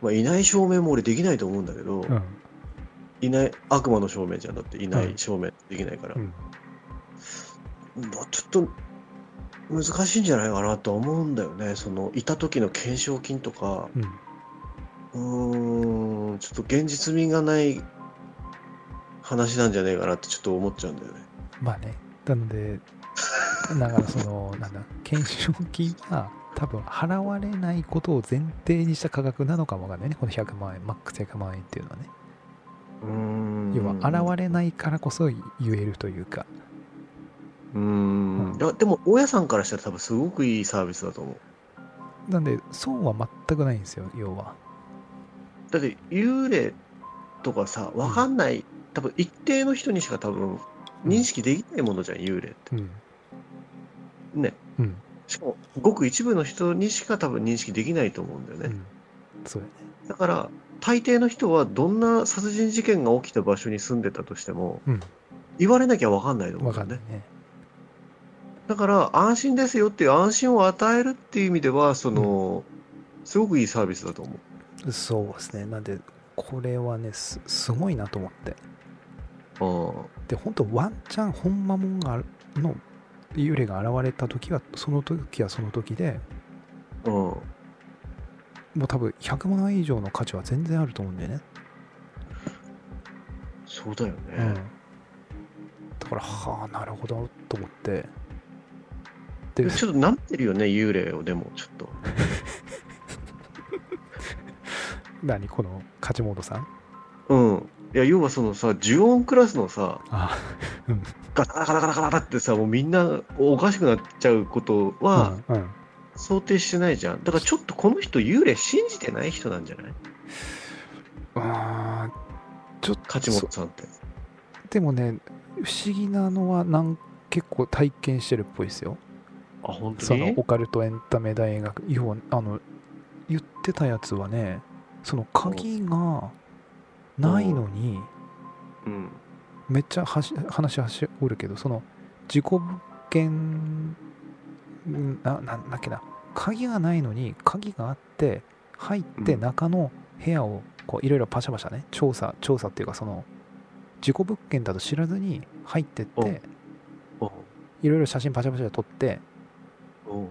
S2: まあ、いない証明も俺できないと思うんだけど、
S1: うん
S2: いない悪魔の証明じゃんだっていな
S1: う
S2: い
S1: ん
S2: 証明できないから、
S1: うん
S2: まあ、ちょっと難しいんじゃないかなとは思うんだよねそのいた時の懸賞金とか
S1: うん
S2: うーんちょっと現実味がない話なんじゃねえかなってちょっと思っちゃうんだよね
S1: まあね、なので、だからその、なんだ、懸賞金が多分払われないことを前提にした価格なのかもわかんないね、この100万円、マックス100万円っていうのはね。
S2: うーん
S1: 要は、現れないからこそ言えるというか、
S2: うーん
S1: うん
S2: いやでも大家さんからしたら多分すごくいいサービスだと思う
S1: なんで損は全くないんですよ要は
S2: だって幽霊とかさわかんない、多分一定の人にしか多分認識できないものじゃん、幽霊って
S1: うん
S2: ね
S1: うん、
S2: しかもごく一部の人にしか多分認識できないと思うんだよ
S1: う
S2: ね、
S1: ん、そうやね
S2: だから大抵の人はどんな殺人事件が起きた場所に住んでたとしても、
S1: うん
S2: 言われなきゃわかんないと思
S1: わ
S2: うん
S1: か
S2: だよ
S1: んない
S2: ね
S1: ね
S2: だから安心ですよっていう安心を与えるっていう意味ではその、すごくいいサービスだと思う
S1: そうですねなんでこれはねすすごいなと思って
S2: あ
S1: で本当ワンチャンほんまもんがあるの幽霊が現れた時はその時はその時で
S2: あうん
S1: もう多分100万円以上の価値は全然あると思うんだよね、
S2: そうだよね、
S1: うん、だからはあなるほどと思ってで
S2: ちょっとなってるよね幽霊をでもちょっと
S1: 何この勝ちモードさん
S2: うんいや要はそのさ呪音クラスのさ
S1: あ
S2: ガタガタガタガタガタってさもうみんなおかしくなっちゃうことは
S1: うんうん
S2: 想定してないじゃん、だからちょっとこの人幽霊信じてない人なんじゃない
S1: あーちょっと
S2: 勝本さんって
S1: でもね不思議なのはなん結構体験してるっぽいですよ
S2: あ本当
S1: その
S2: に
S1: オカルトエンタメ大学要はあの言ってたやつはねその鍵がないのに
S2: うん
S1: めっちゃはし話はしおるけどその事故物件んななんだっけな鍵がないのに鍵があって入って
S2: うん
S1: 中の部屋をこういろいろパシャパシャね調査調査っていうかその事故物件だと知らずに入ってっ
S2: お
S1: て
S2: お
S1: いろいろ写真パシャパシャ撮って
S2: お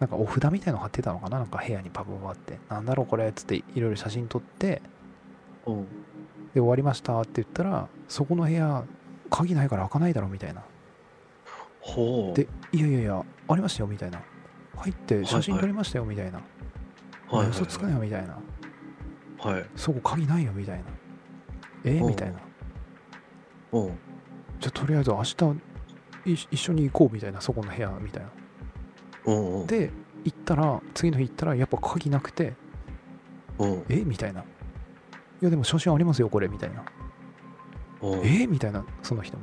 S1: なんかお札みたいの貼ってたのかななんか部屋にパパパって「なんだろうこれ」っつっていろいろ写真撮って
S2: お
S1: で終わりましたって言ったらそこの部屋鍵ないから開かないだろみたいな
S2: ほう
S1: でいやいやいやありましたよみたいな入って写真撮りましたよみたいな、
S2: はいはいはい
S1: 嘘つくなよみたいな
S2: はい
S1: そこ鍵ないよみたいなえ
S2: うん
S1: みたいな
S2: お
S1: じゃあとりあえず明日い一緒に行こうみたいなそこの部屋みたいな
S2: おお
S1: で行ったら次の日行ったらやっぱ鍵なくて
S2: お
S1: えみたいないやでも写真ありますよこれみたいな
S2: お
S1: えみたいなその人も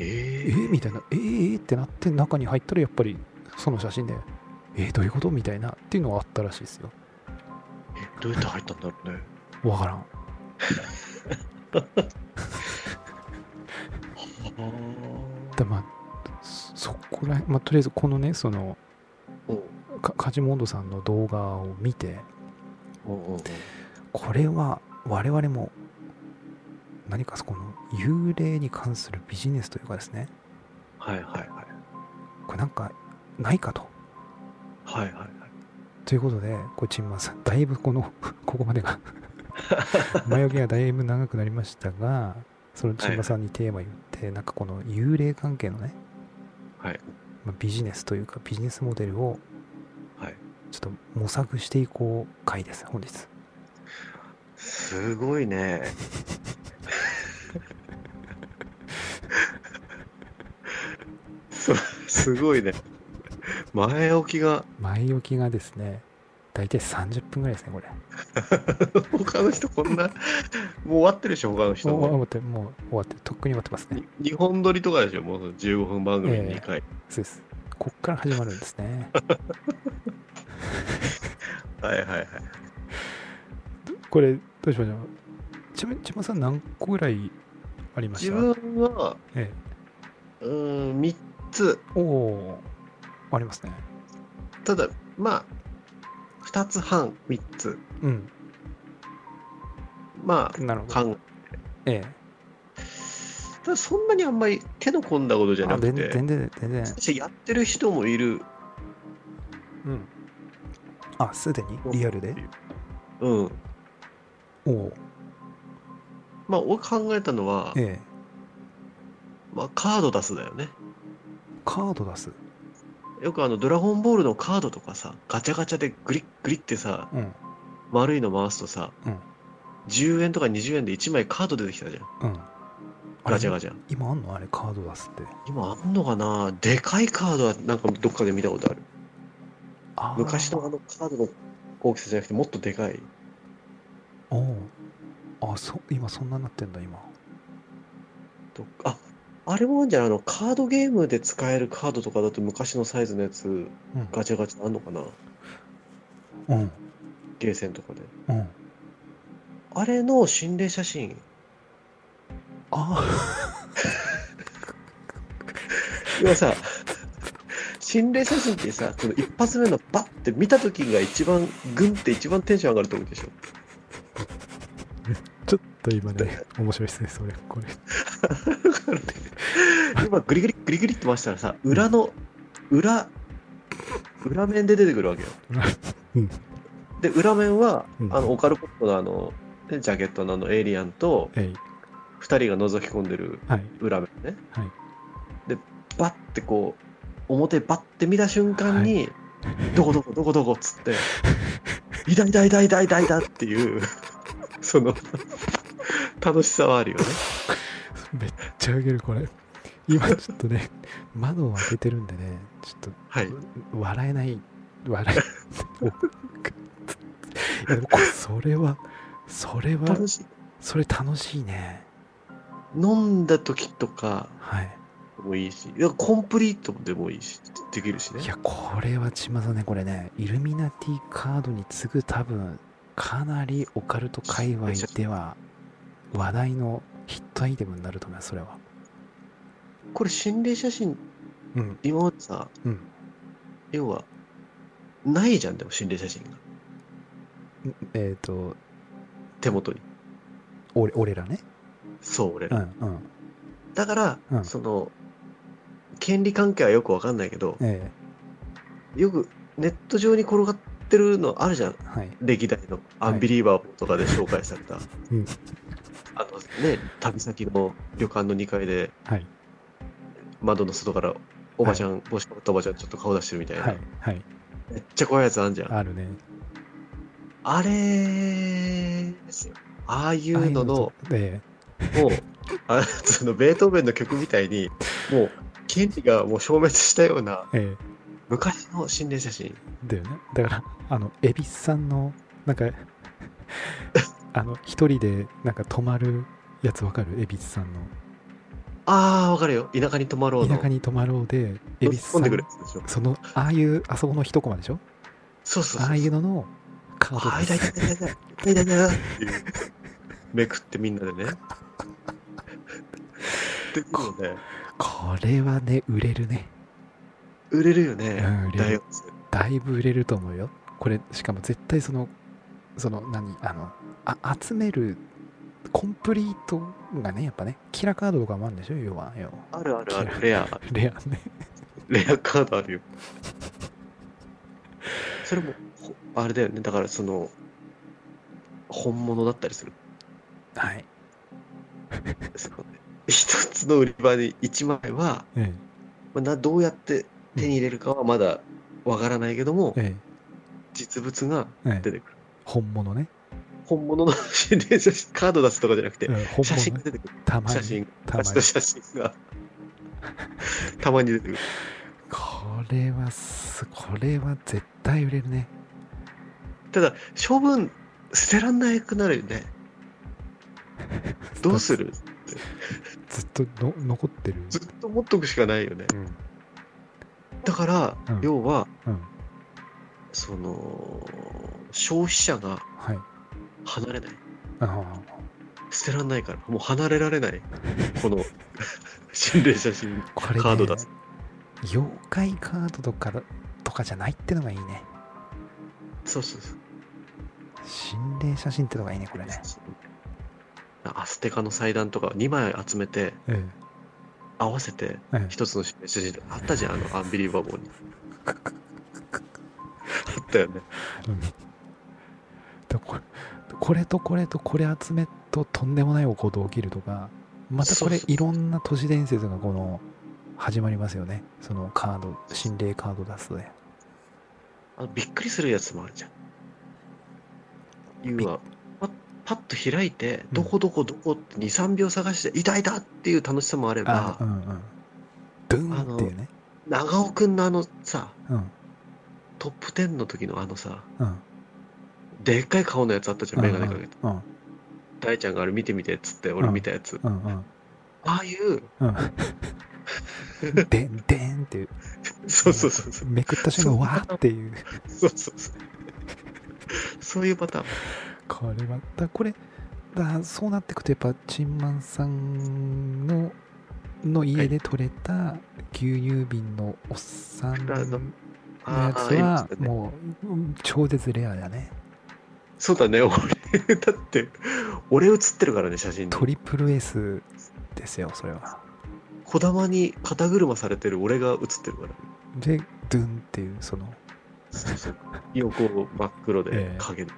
S2: え
S1: えみたいなえー、えーってなって中に入ったらやっぱりその写真でえー、どういうことみたいなっていうのがあったらしいですよ
S2: えどうやって入ったんだろうね
S1: わからん
S2: あ
S1: だまあそそこらへん、まあ、とりあえずこのねその
S2: あお
S1: かカジモンドさんの動画を見て
S2: おお
S1: これは我々も何かそこの幽霊に関するビジネスというかですね
S2: はいはいはい
S1: これなんかないかと
S2: はいはいはい
S1: ということでこれチンマンさんだいぶこの *laughs* ここまでが前置きがだいぶ長くなりましたがそのチンマンさんにテーマ言って、なんかこの幽霊関係のね、
S2: はい
S1: まあ、ビジネスというかビジネスモデルを
S2: はい
S1: ちょっと模索していこう回です本日
S2: すごいね。そすごいね。前置きが、
S1: 前置きがですね大体30分ぐらいですねこれ
S2: 他の人こんな、もう終わってるでしょ、他の人
S1: もう
S2: も。
S1: もうもう終わってるとっくに終わってますね
S2: に日本撮りとかでしょ、もう15分番組
S1: ええ
S2: 2回。
S1: そうですこっから始まるんですね
S2: はいはいはい。
S1: *laughs* これどうしましょうちなみに千葉さん何個ぐらいありまし
S2: 自
S1: た
S2: 分は、
S1: ええ
S2: うーん、3つ。
S1: おおーありますね
S2: ただ、まあ、2つ半、3つ。
S1: うん
S2: ま
S1: なるほ
S2: あ、
S1: ど
S2: 考え
S1: え
S2: ただそんなにあんまり手の込んだことじ
S1: え
S2: ゃ
S1: あ
S2: なく
S1: 全
S2: て。
S1: 然全然全然
S2: そしてやってる人もいる。
S1: うんあすでにリアルで
S2: うん。
S1: おお
S2: まあ、俺考えたのは、
S1: ええ
S2: まあ、カード出すだよね。
S1: カード出す
S2: よくあの、ドラゴンボールのカードとかさ、ガチャガチャでグリッグリってさ、
S1: うん
S2: 丸いの回すとさ、
S1: うん
S2: 10円とか20円で1枚カード出てきたじゃん。
S1: うん
S2: ガチャガ
S1: チャ
S2: チャ。
S1: 今あんのあれカード出すって
S2: 今あんのかなでかいカードはなんかどっかで見たことある。
S1: あー
S2: 昔のあのカードの大きさじゃなくてもっとでかい
S1: おうあそ今そんなになってんだ今
S2: とああれもあるんじゃないあのカードゲームで使えるカードとかだと昔のサイズのやつ
S1: うん
S2: ガチャガチャあんのかな
S1: うん
S2: ゲーセンとかで
S1: うん
S2: あれの心霊写真
S1: あ
S2: 要は
S1: *laughs*
S2: さ心霊写真ってさその一発目のバッて見た時が一番グンって一番テンション上がると思うでしょ
S1: *laughs* ちょっと今ね面白いですねそれこれ *laughs*
S2: 今グリグリグリグリって回したらさ裏の裏裏面で出てくるわけよ、
S1: うん
S2: で裏面は、
S1: うん
S2: あのオカルポットのあのねジャケットのあのエイリアンと
S1: えい
S2: 2人が覗き込んでる
S1: はい
S2: 裏面ね、
S1: はい
S2: でバッてこう表バッて見た瞬間に、どこどこどこどこっつ
S1: *laughs*
S2: って「痛い痛い痛い痛い痛い痛い」っていう *laughs* その楽しさはあるよね
S1: めっちゃウケるこれ今ちょっとね窓を開けてるんでねちょっと
S2: はい
S1: 笑えない笑えおいやでもこれそれはそれは
S2: 楽しい
S1: それ楽しいね
S2: 飲んだ時とか
S1: はい
S2: もいいし、いやコンプリートでもいいし、できるしね
S1: い。やこれはちまさんねこれねイルミナティカードに次ぐ多分かなりオカルト界隈では話題のヒットアイテムになると思いますそれは
S2: これ心霊写真、
S1: うん
S2: 今までさ、
S1: うん
S2: 要は、ないじゃん、でも心霊写真が。
S1: えっ、と
S2: 手元に。
S1: 俺俺らね
S2: そう、俺
S1: うん
S2: ら。
S1: うん
S2: だから、
S1: うん
S2: その、権利関係はよくわかんないけど、
S1: え
S2: よくネット上に転がってるのあるじゃん
S1: え。はい
S2: 歴代のアンビリーバーとかで紹介された。
S1: うん
S2: あのね、旅先の旅館の2階で、
S1: はい
S2: 窓の外からおばちゃん、帽子かぶったおばちゃんちょっと顔出してるみたいな、
S1: はいはい
S2: めっちゃ怖いやつあんじゃんあ
S1: あるね
S2: れですよああいうの
S1: あ
S2: のも
S1: あいうとえ
S2: うあそのベートーベンの曲みたいにもう権利がもう消滅したような
S1: えええ
S2: 昔の心霊写真
S1: だよねだから *laughs* あの蛭子さんのなんか *laughs* あの一人でなんか泊まるやつわかる蛭子さんの
S2: ああわかるよ田舎に泊まろうの
S1: 田舎に泊まろうで蛭
S2: 乗
S1: 子
S2: り込
S1: さ
S2: んでくる
S1: ん
S2: やつでしょ
S1: そのああいうあそこの一コマでしょ
S2: そうそうそう
S1: ああいうののカ
S2: ああ
S1: ード
S2: 痛
S1: で
S2: い痛
S1: す
S2: い痛い痛い痛い痛い痛いっていうめくってみんなでねでもうね
S1: これはね売れるね
S2: 売れるよね
S1: うん売れる
S2: 大学生
S1: だいぶ売れると思うよこれしかも絶対そのその何あのあ集めるコンプリートがねやっぱねキラーカードとかもあるんでしょ要は要は
S2: あるあるあるレア
S1: レアね
S2: レアカードあるよ。それも、ほあれだよね。だからその、本物だったりする
S1: はい、
S2: んですよね。一つの売り場に一枚は、
S1: え
S2: まあなどうやって手に入れるかはまだわからないけども
S1: え、え
S2: 実物が
S1: えええ
S2: 出てくる。
S1: 本物ね
S2: 本物の心霊写真、カード出すとかじゃなくて
S1: うん、本
S2: 写真
S1: 物
S2: が
S1: ね
S2: 出てくる。
S1: たまに
S2: 写真、
S1: たま
S2: 昔の
S1: に
S2: 写真が。 *laughs* たまに出てくる。
S1: これはすこれは絶対売れるね
S2: ただ、処分、捨てらんなくなるよね。どうする
S1: ずっとの残ってる
S2: ずっと持っとくしかないよね。
S1: うん
S2: だから、
S1: うん
S2: 要は、
S1: うん
S2: その、消費者が
S1: はい
S2: 離れない。
S1: あ
S2: 捨てらんないから、もう離れられない。こ
S1: *laughs*
S2: の、心霊写真
S1: あこれ、ね、
S2: カード出す。
S1: 妖怪カードとかだとかじゃないってのがいいね
S2: そうそうそう。
S1: 心霊写真ってのがいいねこれね
S2: アステカの祭壇とか2枚集めて、
S1: え
S2: 合わせて、
S1: えええ
S2: 一つの心霊写真あったじゃん、あの、アンビリーバボーに。 *laughs* あったよね。
S1: うんでこれ *laughs* これとこれとこれ集めととんでもない行動起きるとかまたこ
S2: そう
S1: れ
S2: そう
S1: いろんな都市伝説がこの始まりますよねそのカード心霊カード出すとね
S2: あのびっくりするやつもあるじゃん。要は、パッパッと開いて、
S1: ん
S2: どこどこどこって2、3秒探して、いたいたっていう楽しさもあれ
S1: あ
S2: ば
S1: う、んうんドゥーンっていうね
S2: 長尾くんのあのさ、
S1: うん
S2: トップ10の時のあのさ、
S1: うん
S2: でっかい顔のやつあったじゃん、メガネかけて。
S1: うん
S2: 大ちゃんがあれ見てみてっつって、俺見たやつ。
S1: うんうん
S2: ああいう、
S1: うん
S2: *laughs*
S1: でんでんっていう
S2: そうそうそうそう。
S1: めくった瞬間わーっていう
S2: そうそうそう。そういうパターン。
S1: これはだこれだそうなってくとやっぱチンマンさんのの家で取れた牛乳瓶のおっさんの
S2: あ
S1: や
S2: の
S1: つ
S2: ああ、いま
S1: は
S2: したね
S1: もううん超絶レアだね
S2: そうだね、俺、 *laughs* だって、俺写ってるからね、写真に。
S1: トリプル S ですよそれは
S2: 小玉に肩車されてる俺が写ってるから。
S1: でドゥンっていうその
S2: そうそう。横真っ黒で
S1: ええ
S2: 影で。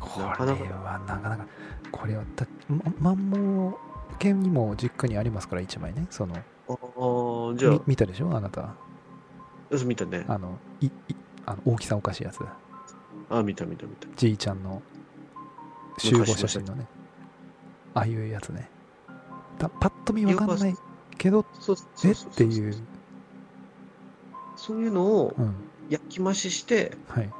S1: これ
S2: な
S1: は
S2: かなか
S1: なかなかこれはだまマンモー犬にも実家にありますから1枚ねその
S2: ああ、じゃ
S1: み見たでしょあなた
S2: あ、見たね。
S1: あのいいあの大きさおかしいやつ
S2: あ、見た見た見た。
S1: じいちゃんの集合写真のねああいうやつねだパッと見わかんないけど
S2: そうそう
S1: え
S2: そ
S1: っ
S2: うそう
S1: ていう
S2: そういうのを
S1: うん
S2: 焼き増しして、
S1: はい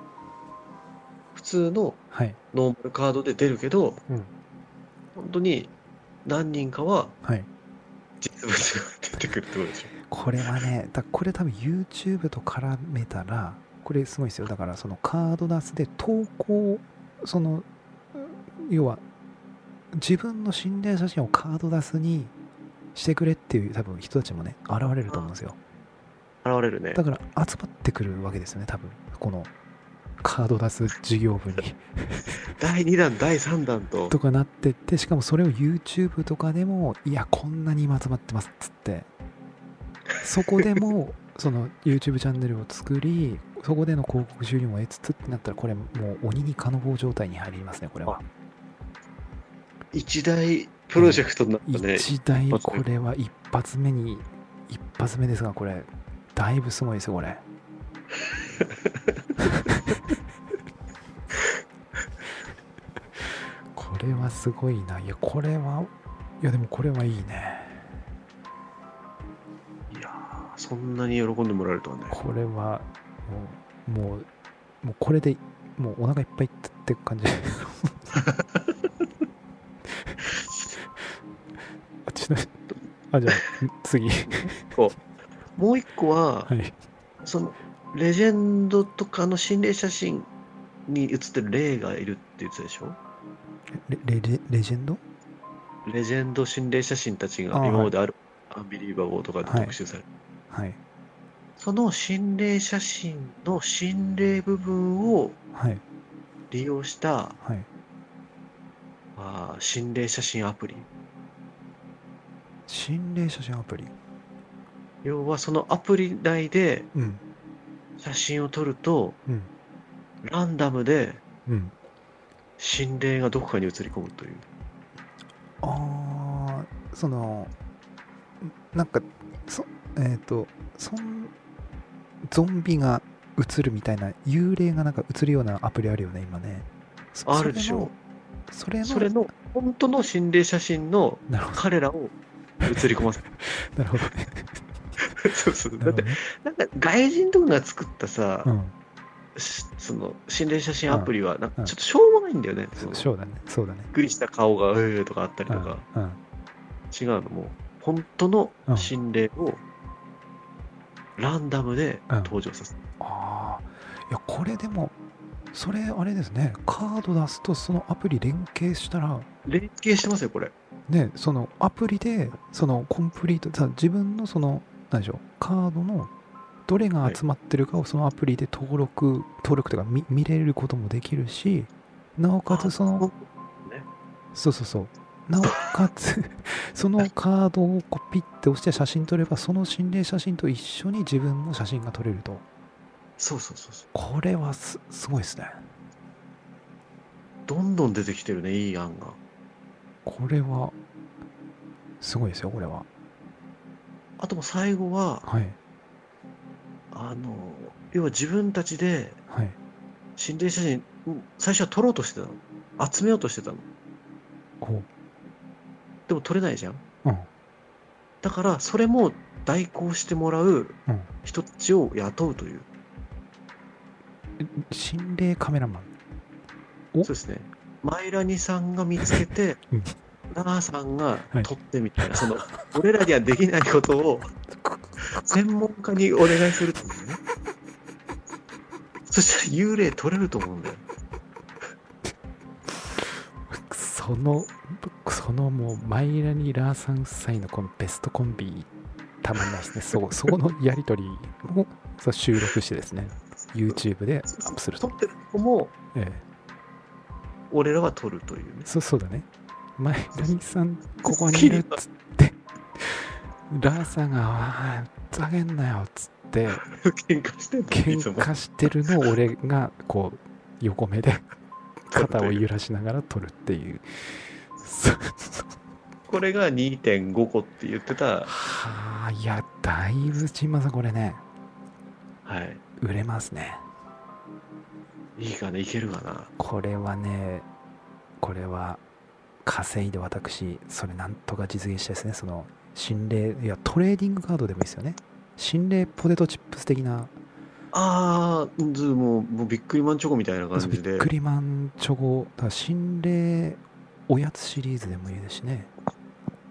S2: 普通の
S1: はい
S2: ノーマルカードで出るけど、
S1: うん
S2: 本当に何人かは
S1: はい
S2: 実物が出てくるってことでしょ。
S1: これはねだこれ多分 YouTube と絡めたらこれすごいですよだからそのカードダスで投稿そのうん要は自分の心霊写真をカードダスにしてくれっていう多分人たちもね現れると思うんですよ
S2: 現れるね
S1: だ。から集まってくるわけですよね多分このカードダス事業部に
S2: 第2弾、第3弾と。
S1: とかなってってしかもそれを YouTube とかでもいやこんなに今集まってますっつってそこでもその YouTube チャンネルを作りそこでの広告収入も得つつってなったらこれもう鬼に金棒状態に入りますねこれは
S2: 一大プロジェクトになったね。
S1: 一大
S2: 一発
S1: こ
S2: 目
S1: れは一発目に一発目ですがこれだいぶすごいですよこれこれはすごいないやこれはいやでもこれはいいね
S2: いやーそんなに喜んでもらえるとはね。
S1: これはもうもうもうこれでもうお腹いっぱいって感じあちなみにあじゃあ次
S2: もう一個は、
S1: はい
S2: その、レジェンドとかの心霊写真に写ってる霊がいるって言ってたでしょ
S1: レレレレジェンド
S2: レジェンド心霊写真たちが
S1: あー
S2: 今まである、アンビリーバボーとかで特集される。
S1: はい
S2: その心霊写真の心霊部分を
S1: はい
S2: 利用した、
S1: はい
S2: あー心霊写真アプリ。
S1: 心霊写真アプリ
S2: 要はそのアプリ内で
S1: うん
S2: 写真を撮ると、
S1: うん
S2: ランダムで
S1: うん
S2: 心霊がどこかに映り込むという。
S1: ああそのんなんかそえっ、とそんゾンビが映るみたいな幽霊がなんか映るようなアプリあるよね今ねそ
S2: あるでしょ
S1: それの
S2: それの本当の心霊写真の
S1: なるほ
S2: 彼らを映り込ませる
S1: どなるほどね *laughs*
S2: そうそう
S1: な
S2: だ
S1: る
S2: っ
S1: ほど
S2: て
S1: ね
S2: なんか外人とかが作ったさ、
S1: うん
S2: しその心霊写真アプリはなん
S1: う
S2: か
S1: ん
S2: ちょっとしょうもないんだよね、その
S1: そそうだねそうだね
S2: びっくりした顔が「うー」とかあったり
S1: う
S2: と
S1: ん
S2: か、
S1: うん
S2: 違うのもう本当の
S1: うん
S2: 心霊をランダムで登場させる、
S1: ああいやこれでもそれあれですねカード出すとそのアプリ連携したら
S2: 連携してますよこれ
S1: ね、そのアプリでそのコンプリートさ自分のその何でしょうカードのどれが集まってるかをそのアプリで登録登録というか見見れることもできるしなおかつそのそうそうそうなおかつ *laughs* そのカードをこうピッて押して写真撮ればその心霊写真と一緒に自分の写真が撮れると
S2: そうそうそうそう
S1: これはすすごいですね
S2: どんどん出てきてるねいい案が
S1: これはすごいですよこれは
S2: あともう最後は
S1: はい
S2: あの要は自分たちで
S1: はい
S2: 心霊写真うん最初は撮ろうとしてたの集めようとしてたの
S1: こ
S2: でも撮れないじゃん
S1: ううん
S2: だからそれも代行してもらう人たちを雇うという、
S1: 心霊カメラマンお
S2: そうですねマイラニさんが見つけて、
S1: うん
S2: ナナさんが
S1: はい
S2: 撮ってみたいな、その俺らにはできないことを専門家にお願いするというねそしたら幽霊撮れると思うんだよ
S1: そのそのもうマイラニラーさん夫妻のこのベストコンビたまんないですね
S2: *laughs*
S1: そうそこのやり取りをそう収録してですね YouTube でアップする
S2: 撮
S1: と、
S2: ってる子も
S1: ええ、
S2: 俺らは撮るというね
S1: そそうだねマイラニさんここにいるっつ
S2: *laughs*
S1: ってラーさんが「ふざけんなよ」っつって
S2: 喧嘩してんの
S1: 喧
S2: いつも
S1: 嘩してるのを俺がこう横目で肩を揺らしながら撮るっていうそう
S2: これが2.5個って言ってた
S1: はあいやだいぶチンマさんこれね
S2: はい
S1: 売れますね
S2: いいかないけるかな
S1: これはねこれは稼いで私それなんとか実現したいですねその心霊いやトレーディングカードでもいいですよね心霊ポテトチップス的な
S2: ああもうもうびっくりマンチョコみたいな感
S1: そうび
S2: じ
S1: っ
S2: で
S1: くりマンチョコだから心霊おやつシリーズでもいいですしね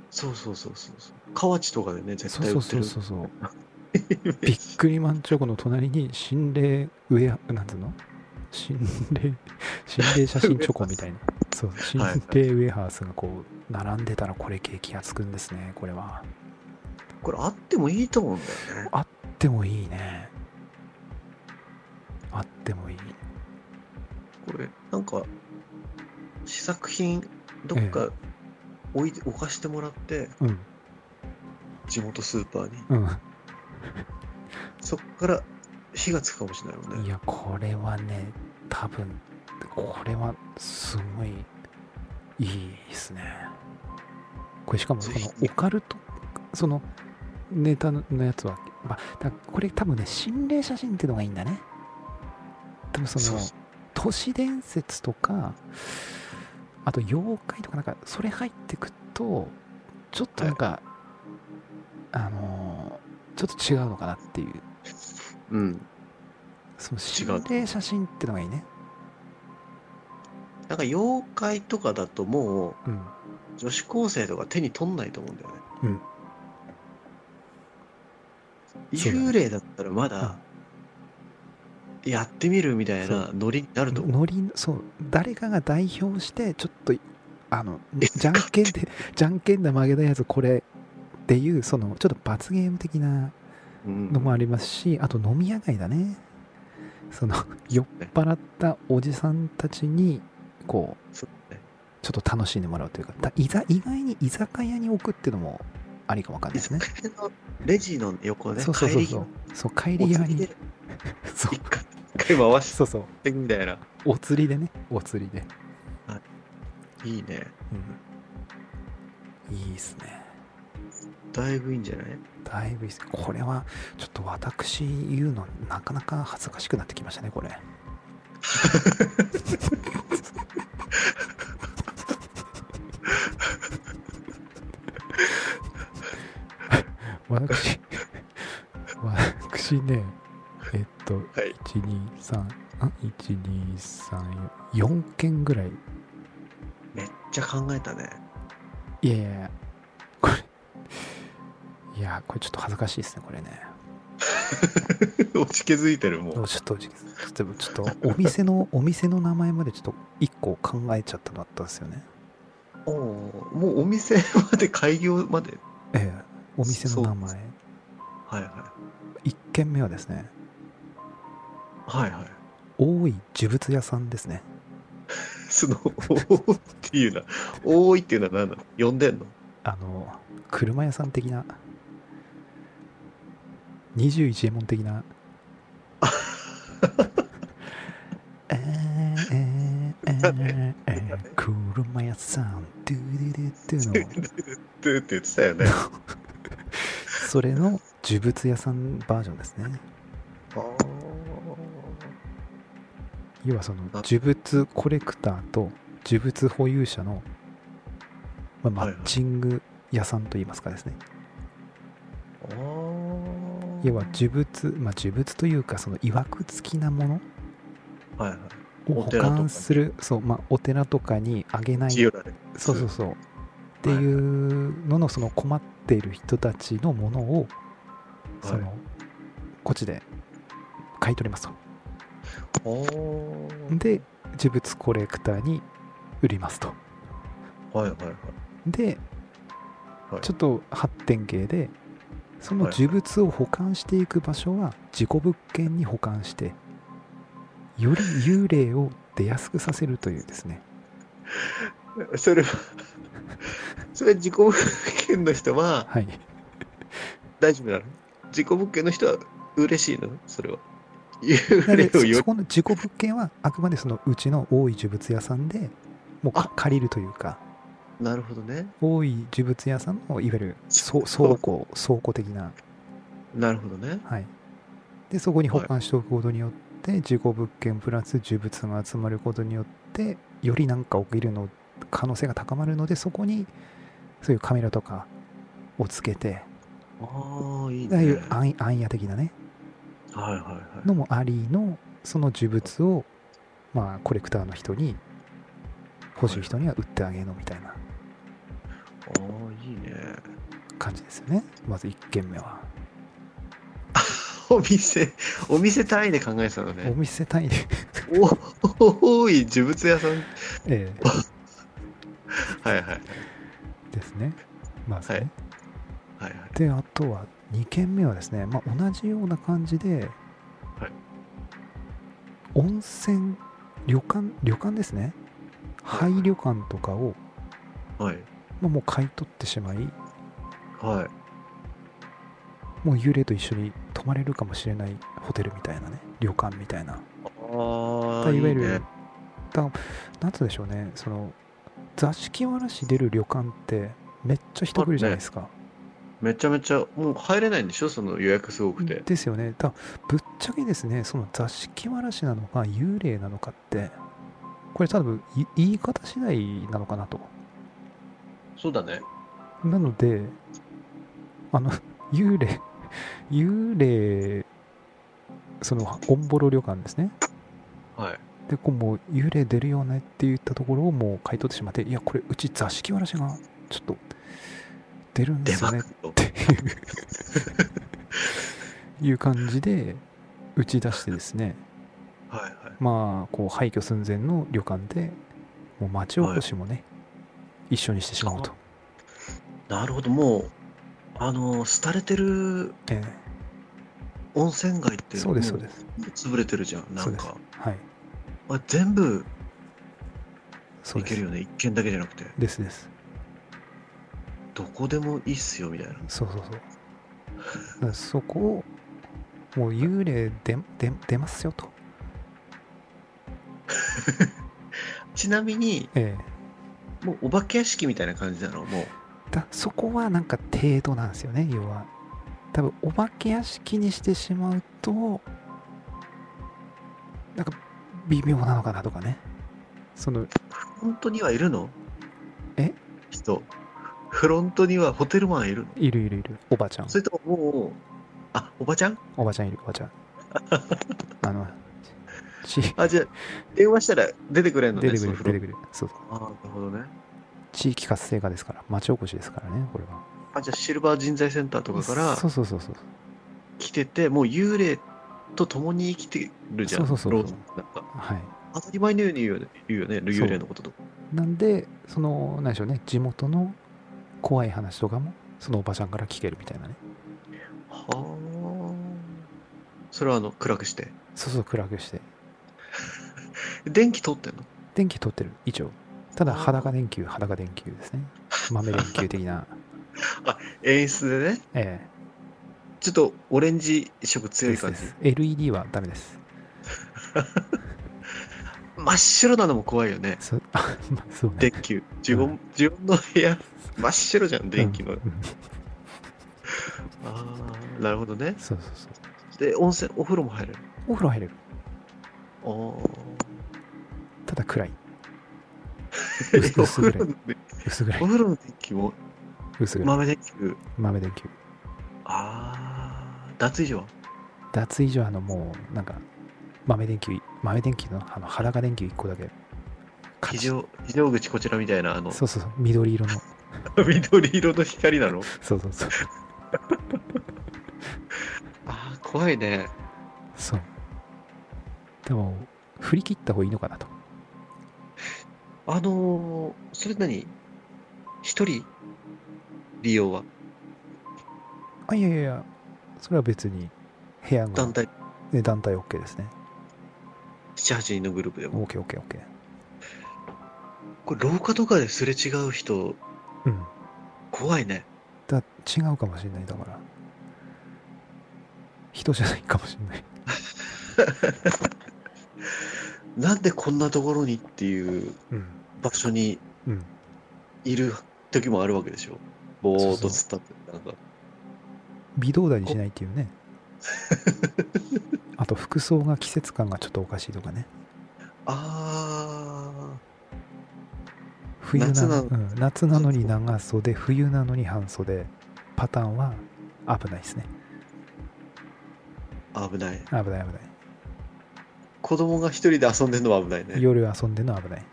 S2: そうそうそうそうそう河内とかでね絶
S1: そうそ
S2: 対売
S1: う
S2: って
S1: そ
S2: る
S1: うそうそうびっくりマンチョコの隣に心霊ウェアなんつうの心霊心霊写真チョコみたいな *laughs* そう心
S2: はい
S1: 霊ウェハースがこう並んでたらこれ景気がつくんですねこれは
S2: これあってもいいと思うんだよね
S1: でもいいねあってもいい
S2: これなんか試作品どっか置いて、置かしてもらって
S1: うん
S2: 地元スーパーに
S1: う
S2: そっから火がつくかもしれないもん
S1: んい
S2: ね
S1: やこれはね多分これはすごいいいですねこれしかもこ
S2: ぜひ
S1: のオカルトそのネタのやつは、まあ、だこれ多分ね心霊写真っていうのがいいんだね多分その
S2: そう
S1: 都市伝説とかあと妖怪とかなんかそれ入ってくとちょっとなんか、あのーちょっと違うのかなっていう
S2: うん
S1: その
S2: 違
S1: 心
S2: う
S1: 霊写真ってのがいいね
S2: なんか妖怪とかだともう
S1: うん
S2: 女子高生とか手に取んないと思うんだよね。
S1: うんそうだね
S2: 幽霊だったらまだ、やってみるみたい
S1: そ
S2: なノリになると思う。
S1: ノリそう誰かが代表してちょっとあのじゃんけんでじゃんけんだ負けたやつこれっていうそのちょっと罰ゲーム的な
S2: うん
S1: のもありますしあと飲み屋街だねその酔っ払ったおじさんたちにこう
S2: そうだね
S1: ちょっと楽しんでもらうというかだいざ意外に居酒屋に置くっていうのもありかもわかんないですね
S2: 居酒屋のレジの横ね、
S1: そうそう
S2: 帰
S1: そう
S2: り
S1: そ
S2: 際
S1: うそう帰
S2: お
S1: り際
S2: 釣り
S1: に
S2: で
S1: そう
S2: 一回一回回し
S1: そうそう
S2: てみたいな。
S1: お釣りでねお釣りで
S2: いいね。
S1: うん、いいですね
S2: だいぶいいんじゃない
S1: だいぶいいですこれはちょっと私言うのなかなか恥ずかしくなってきましたねこれ私私ねえっと、
S2: い
S1: 123あ1234件ぐらい
S2: めっちゃ考えたね。 *laughs*
S1: いやいやいやこれいやこれちょっと恥ずかしいですねこれね
S2: 落ち気づいてるも
S1: ちょ
S2: う。
S1: っとちょっとちょっとお店 *laughs* のお店の名前までちょっと一個考えちゃったのあったんですよね
S2: おーもうお店まで開業まで。
S1: ええお店の名前
S2: はいは
S1: 一軒目はですね
S2: い。はいはい。
S1: 大井呪物屋さんですね
S2: その、おーっていうな、多いっていうのは何なの呼んでんの
S1: あの車屋さん的な21右衛門的
S2: *laughs*
S1: なえーえーえーえー車屋さんドゥドゥドゥドゥの
S2: *laughs* って言ってたよね。
S1: それの呪物屋さんバージョンですね要はその
S2: あ
S1: 呪物コレクターと呪物保有者の、まあ、マ
S2: はいはい
S1: ッチング屋さんといいますかですね、
S2: あー
S1: 要は呪物まあ呪物というかその曰く付きなもの
S2: はいはい。
S1: を
S2: お
S1: 保
S2: 寺とか
S1: 管するそうまあお寺とかにあげない
S2: 自由だね。
S1: そうそうそう。っていうののその困っている人たちのものを、その、こっちで買い取りますと。
S2: おー
S1: で、呪物コレクターに売りますと。
S2: はいはいはい。
S1: で、
S2: はい
S1: ちょっと発展系で、その呪物を保管していく場所は事故物件に保管して、より幽霊を出やすくさせるというですね。
S2: それは、 *laughs* それは自己物件の人は
S1: はい。
S2: 大丈夫なの自己物件の人は嬉しいのそれは。幽霊を
S1: そ
S2: よ
S1: そこの事故物件はあくまでそのうちの多い呪物屋さんでもう
S2: あ
S1: 借りるというか
S2: なるほどね。
S1: 多い呪物屋さんのいわゆるそう
S2: そう
S1: 倉庫倉庫的な
S2: なるほどね。
S1: はいでそこに保管しておくことによって事故物件プラス呪物が集まることによってよりなんか起きるの可能性が高まるのでそこにそういうカメラとかをつけて
S2: ああ、いい
S1: ああい
S2: ね
S1: う。暗暗夜的なね
S2: はいはいはい。
S1: のもありのその呪物をまあコレクターの人に欲しい人には売ってあげるのみたいな
S2: ああ、いいね。
S1: 感じですよねまず1軒目は
S2: お店、お店単位で考えてたの
S1: お
S2: ね。
S1: 店単位で *laughs*
S2: お、多い呪物屋さん。
S1: え
S2: はいはい。
S1: えですねまずね、
S2: はいはいはい。
S1: であとは2軒目はですね、まあ、同じような感じで、
S2: はい
S1: 温泉旅館旅館ですね
S2: はい
S1: 廃旅館とかを、
S2: はい。
S1: まあ、もう買い取ってしまい
S2: はい。
S1: もう幽霊と一緒に泊まれるかもしれないホテルみたいなね旅館みたいな
S2: あ
S1: だ
S2: あ、
S1: いわゆる
S2: いいね
S1: だなんつうんでしょうねその座敷わらし出る旅館ってめっちゃ人来るじゃないですか、
S2: めちゃめちゃ、もう入れないんでしょその予約すごくて。
S1: ですよねだぶっちゃけですねその座敷わらしなのか幽霊なのかってこれ多分い言い方次第なのかなと
S2: そうだね。
S1: なのであの幽霊幽霊そのオンボロ旅館ですね
S2: はい。
S1: でこうもう幽霊出るよねって言ったところをもう買い取ってしまっていやこれうち座敷わらしがちょっと出るんで
S2: 出
S1: す
S2: ま
S1: よね
S2: く
S1: っ
S2: と。
S1: ていう *laughs* いう感じで打ち出してですね
S2: はいはい。
S1: まあこう廃墟寸前の旅館でもう町おこしもね、一緒にしてしまおうと、
S2: なるほど、もう、あの、廃れてる
S1: え
S2: 温泉街って
S1: え、そうですそ
S2: も
S1: うです
S2: 潰れてるじゃん、な
S1: そうんです
S2: か。
S1: はい
S2: あ全部
S1: そう
S2: 行
S1: で
S2: け
S1: す
S2: るよね、一軒だけじゃなくて、
S1: ですです
S2: どこでもいいっすよ、みたいな。
S1: そうそうそうだからそこをもう幽霊でで出ますよと
S2: ちなみに、
S1: ええ
S2: もうお化け屋敷みたいな感じなの、もう。
S1: だそこはなんか程度なんですよね要は多分お化け屋敷にしてしまうとなんか微妙なのかなとかねその
S2: フロントにはいるの
S1: え
S2: 人。フロントにはホテルマンいるの
S1: いるいるいるおばちゃん
S2: それとももう、あ、おばちゃん
S1: おばちゃんいるおばちゃ
S2: *laughs*
S1: んあのち
S2: あ、じゃあ、電話したら出てくれんのね、
S1: 出てく
S2: そ
S1: る
S2: のフ
S1: 出
S2: ロ
S1: てく
S2: ン
S1: るそう
S2: ト。あーなるほどね。
S1: 地域活性化ですから町おこしですからねこれは
S2: あ、じゃあ、シルバー人材センターとかから、
S1: そうそうそうそう
S2: 来てて、もう幽霊と共に生きてるじゃん。
S1: そうそうそう
S2: 老人なんか
S1: はい
S2: 当たり前のように言うよね、言うよね幽霊のこととか。
S1: なんでその何でしょうね地元の怖い話とかもそのおばちゃんから聞けるみたいなね
S2: はあ。それはあの暗くして。
S1: そうそう暗くして
S2: 電気通ってんの
S1: 電気取ってる以上ただ
S2: あー
S1: 裸電球裸電球です
S2: *laughs*
S1: ね豆電球的な
S2: 演出でね、
S1: え
S2: ちょっとオレンジ色
S1: え
S2: 強い
S1: です
S2: 感
S1: で
S2: じ。
S1: す LED はダメです
S2: 真っ白なのも怖い
S1: *laughs*
S2: よね。
S1: そあまあそうね
S2: 電球。自分自分の部屋、真っ白じゃん、電気の。
S1: うんうん
S2: ああ、なるほどね。
S1: そうそうそう
S2: で、温泉、お風呂も入れる。
S1: お風呂入れる
S2: あー
S1: ただ暗い
S2: え
S1: 薄
S2: *laughs* お
S1: 薄
S2: 風
S1: 暗い
S2: 呂の電
S1: 薄暗
S2: お
S1: い
S2: 風呂の電気も
S1: 薄暗い
S2: 豆電球。
S1: 豆電球
S2: ああ、脱衣所は
S1: 脱衣所はあのもうなんか豆電球豆電球のあの裸電球1個だけカ
S2: 非
S1: チッ
S2: 常非常口こちらみたいな、あの、
S1: そうそうそう緑色の
S2: *laughs* 緑色の光なの
S1: そうそうそう
S2: ああ、怖いね。
S1: そうでも振り切った方がいいのかなと
S2: あのー、それ何一人利用は
S1: あいやいやいやそれは別に部屋が
S2: 団体
S1: ね団体 OK ですね
S2: 7、8人のグループでも。
S1: OKOKOK
S2: これ、廊下とかですれ違う人、
S1: うん
S2: 怖いね。
S1: だ違うかもしれないだから人じゃないかもしれない
S2: なんでこんなところにっていう
S1: うん
S2: 場所に
S1: うん
S2: いる時もあるわけでしょ。ぼーっと突っ立って、なんか。
S1: 微動だにしないっていう *laughs* ねあと服装が季節感がちょっとおかしいとかね
S2: あ
S1: 冬な
S2: 夏な
S1: のうん、夏なのに長袖冬なのに半袖パターンは危ないですね
S2: あ、危ない。
S1: 危ない危
S2: 子供が一人で遊んでるのは危ない
S1: ない、
S2: ね。
S1: 夜遊んでるのは危ない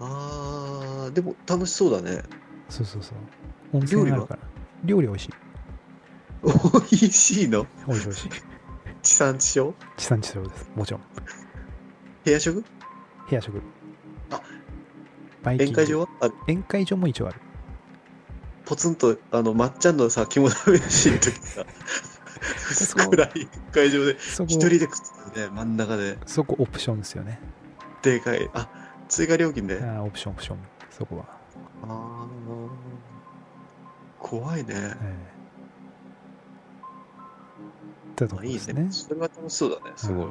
S2: ああ、でも楽しそうだね。 *laughs*
S1: そうそうそう温泉あるから料理美味しい
S2: おいしいの
S1: 美味しい美味しい
S2: 地産地消
S1: 地産地消ですもちろん
S2: 部屋食
S1: 部屋食
S2: あ
S1: バイキン
S2: 宴
S1: グ
S2: 会場はあ
S1: 宴会場も一応ある
S2: ポツンと、あの、まっちゃんのさ、肝試しの時
S1: そ
S2: さ、薄
S1: こ
S2: 暗い会場で、
S1: そこ
S2: 一人で食ってね、真ん中で、
S1: そこオプションですよね
S2: でかい。あ、追加料金で。
S1: あ
S2: あ
S1: ーオプションオプションそこは、
S2: あー、怖いね。
S1: ええってとこ
S2: まあいい
S1: で
S2: ね
S1: すね。
S2: それは楽しそうだね。すごい。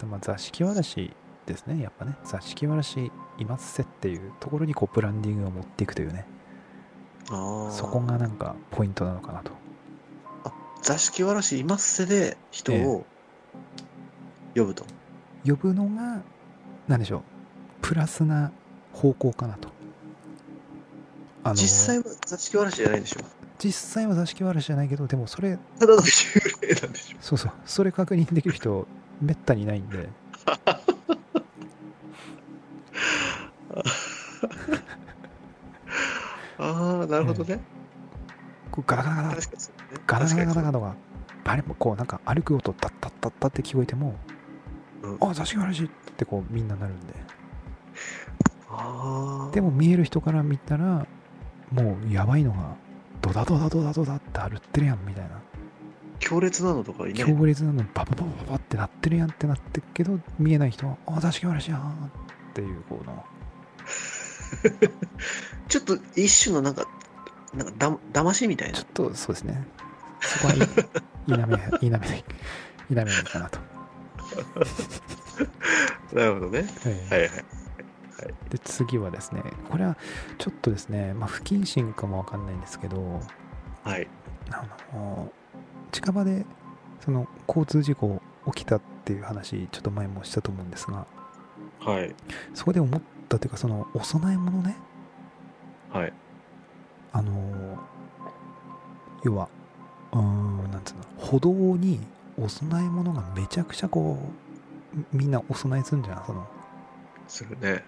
S1: でまあ、座敷わらしですねやっぱね座敷わらしいますせっていうところにこうブランディングを持っていくというね
S2: ああ。
S1: そこが。なんかポイントなのかなと
S2: 座敷わらしいますせで人を呼ぶと。
S1: 呼ぶのが何でしょうプラスな方向かなとあの
S2: 実際は座敷わらしじゃないんでしょ
S1: 実際は座敷わらしじゃないけどでもそれ
S2: ただの幽霊なんでしょ
S1: そうそうそれ確認できる人めったにいないんで
S2: ああ、なるほどね。
S1: こうガラガラガラ
S2: 確かにそうね。
S1: ガラガラガ
S2: 確か
S1: ラ
S2: に
S1: ガラがあれもこうなんか歩く音タッタッタッタって聞こえても
S2: うん
S1: あ座敷わらしってこうみんななるんで
S2: ああ。
S1: でも見える人から見たらもうやばいのがドダドダドダドダって歩ってるやんみたいな
S2: 強烈なのとかいない。
S1: 強烈なのババババババってなってるやんってなってるけど見えない人はあ座敷わらしやんっていうこの
S2: ちょっと一種のなんか、なんかだ、だましみたいな
S1: ちょ。っとそうですねそこはいい否め否めない否めないかなと、
S2: なるほどね。
S1: ええ
S2: はいはい。
S1: で次はですねこれはちょっとですね、まあ、不謹慎かもわかんないんですけど
S2: はい。
S1: あの近場でその交通事故起きたっていう話ちょっと前もしたと思うんですが
S2: はい。
S1: そこで思ったというかそのお供え物ね
S2: はい。
S1: あの要はうーんなんつうの歩道にお供え物がめちゃくちゃこうみみんなお供えするんじゃんその
S2: するね。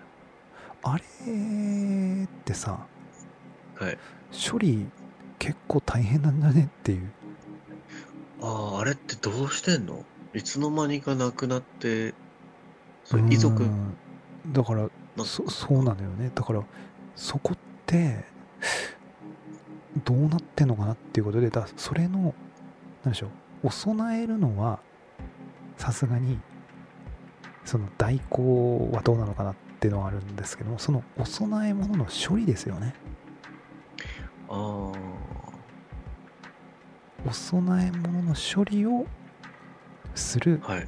S1: あれってさ
S2: はい。
S1: 処理結構大変なんだねっていう
S2: ああ、あれってどうしてんのいつの間にかなくなって、それ遺族
S1: う。んだから
S2: な
S1: そそうなのよねだからそこってどうなってんのかなっていうことでだそれの何でしょうお供えるのはさすがにその代行はどうなのかなっていうのはあるんですけどもそのお供え物の処理ですよね
S2: あ
S1: お供え物の処理をする
S2: あ。はい。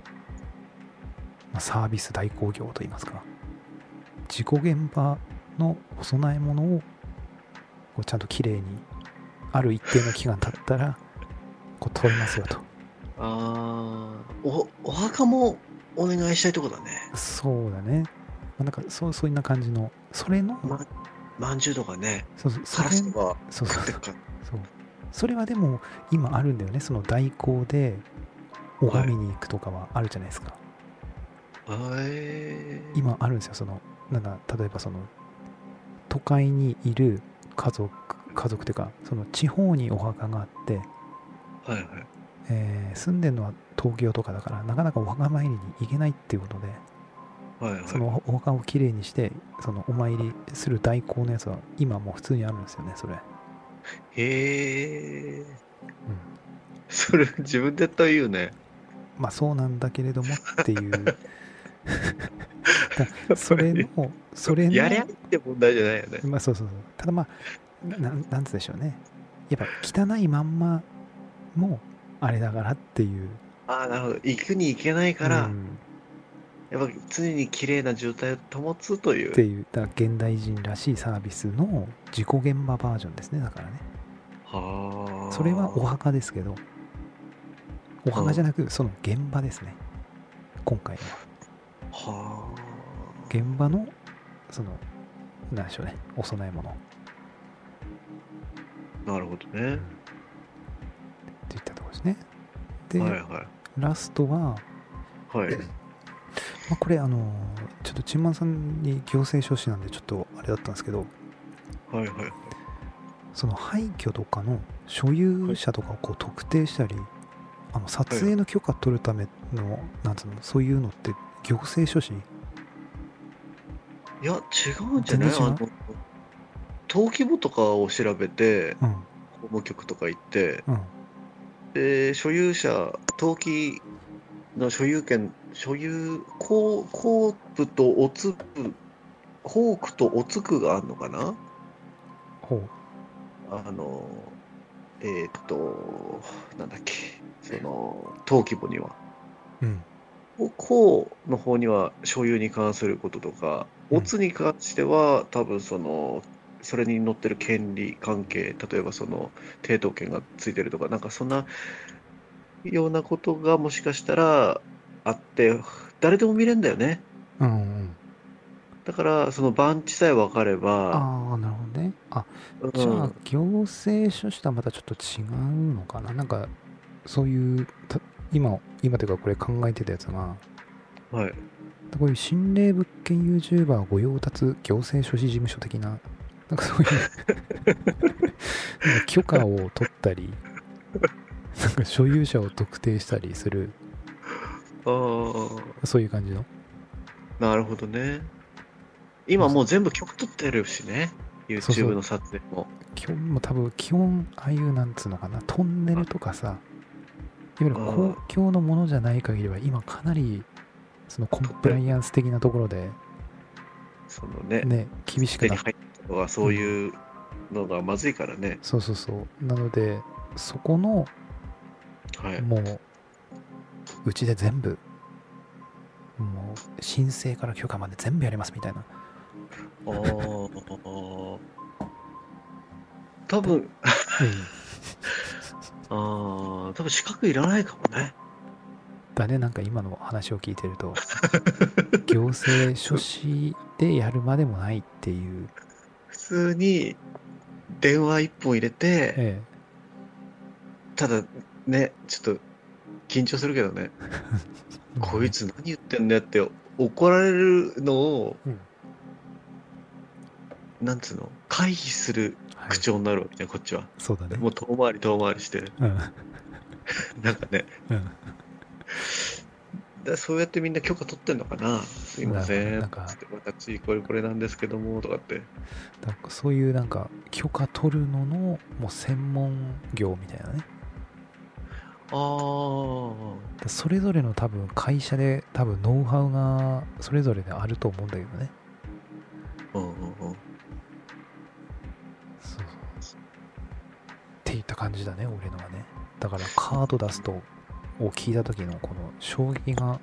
S1: まあ、サービス代行業といいますか事故現場のお供え物をこうちゃんときれいにある一定の期間経ったらこう取りますよと
S2: ああ。お、お墓もお願いしたいとこだね。
S1: そうだね、まあ、なんかそうそんな感じのそれの
S2: ま、まんじゅうとかね、
S1: そうそう
S2: さ
S1: そ
S2: ら
S1: れ
S2: しとか
S1: そうそうそ
S2: 食って
S1: う
S2: くか。
S1: そうそれはでも今あるんだよねその代行で拝みに行くとかはあるじゃないですか、
S2: えー、
S1: 今あるんですよそのなんだ例えばその都会にいる家族家族というかその地方にお墓があって、
S2: はいはい
S1: えー住んでるのは東京とかだからなかなかお墓参りに行けないっていうことで
S2: はいはい
S1: そのお墓をきれいにしてそのお参りする代行のやつは今もう普通にあるんですよねそれ、
S2: へえ
S1: うん、
S2: それ自分でやったら言うね
S1: まあそうなんだけれどもって
S2: *laughs*
S1: いうだそれのそれの
S2: やりゃいいって問題じゃないよね
S1: まあそうそうそうただまあななんなんつうでしょうねやっぱ汚いまんまもあれだからっていう
S2: ああなるほど行くに行けないから、
S1: うん
S2: やっぱ常に綺麗な状態を保つとい
S1: って
S2: う
S1: いうだから現代人らしいサービスの自己現場バージョンですねだからね
S2: はあ
S1: それはお墓ですけどお墓じゃなくその現場ですね今回は
S2: は
S1: 現場のそのなんでしょうねお供え物
S2: あなるほどね
S1: っていったところですね。で、
S2: はいは
S1: ラストは、ま
S2: いはい
S1: あ、これあのちょっとチンマンさんに行政書士なんでちょっとあれだったんですけど
S2: はいはい
S1: その廃墟とかの所有者とかをこう特定したり、あの撮影の許可取るためのなんつうのそういうのって行政書士
S2: いや違うんじゃない
S1: 全然
S2: あ
S1: 違う
S2: の登記簿とかを調べて
S1: うん
S2: 法務局とか行って
S1: うん
S2: で所有者登記の所有権所有公公部とおつぶ公区とおつくがあるのかな
S1: ほう
S2: あの、えーっと、なんだっけ、その、登記簿には。
S1: うん
S2: こうの方には所有に関することとか、
S1: うん
S2: オツに関しては、多分その、それに載ってる権利関係、例えばその、抵当権がついてるとか、なんかそんなようなことがもしかしたらあって、誰でも見れるんだよね。
S1: うんうん
S2: だから、その番地さえ分かれば、
S1: ああなるほどねあ
S2: うん
S1: じゃあ行政書士とはまたちょっと違うのかななんかそういうた今今というかこれ考えてたやつが
S2: はい。
S1: こういう心霊物件 YouTuber 御用達行政書士事務所的ななんかそういうなんか許可を取ったりなんか所有者を特定したりする
S2: あー
S1: そういう感じの
S2: なるほどね。今もう全部曲撮ってるしね。
S1: そうそう
S2: YouTube の撮影も。
S1: 基本もう多分基本ああいうなんつうのかなトンネルとかさいわゆる公共のものじゃない限りは今かなりそのコンプライアンス的なところで
S2: そのね、
S1: ね厳しく
S2: 手
S1: な
S2: に
S1: っ
S2: 入ったのがそういうのがまずいからね。
S1: そうそうそうなのでそこの
S2: はい。
S1: もううちで全部もう申請から許可まで全部やりますみたいな
S2: あー多分、あー多分資格いらないかもね。
S1: だねなんか今の話を聞いてる
S2: *laughs*
S1: と行政書士でやるまでもないっていう、
S2: 普通に電話一本入れて、
S1: え
S2: ただね、ちょっと緊張するけどね。
S1: え、
S2: こいつ何言ってんだよって怒られるのを、
S1: うん
S2: なんつうの回避する
S1: はい
S2: 口調になるわけね、こっちは
S1: そうだね
S2: もう遠回り遠回りして
S1: うん
S2: なんかね
S1: うん
S2: だそうやってみんな許可取ってんのかなすいません
S1: なんか
S2: つって私これこれなんですけどもとかって
S1: なんかそういうなんか許可取るののもう専門業みたいなね
S2: ああ
S1: だそれぞれの多分会社で多分ノウハウがそれぞれであると思うんだけどね
S2: うんうんうん
S1: そうそうっていった感じだね俺のはねだからカード出すとを聞いた時のこの衝撃が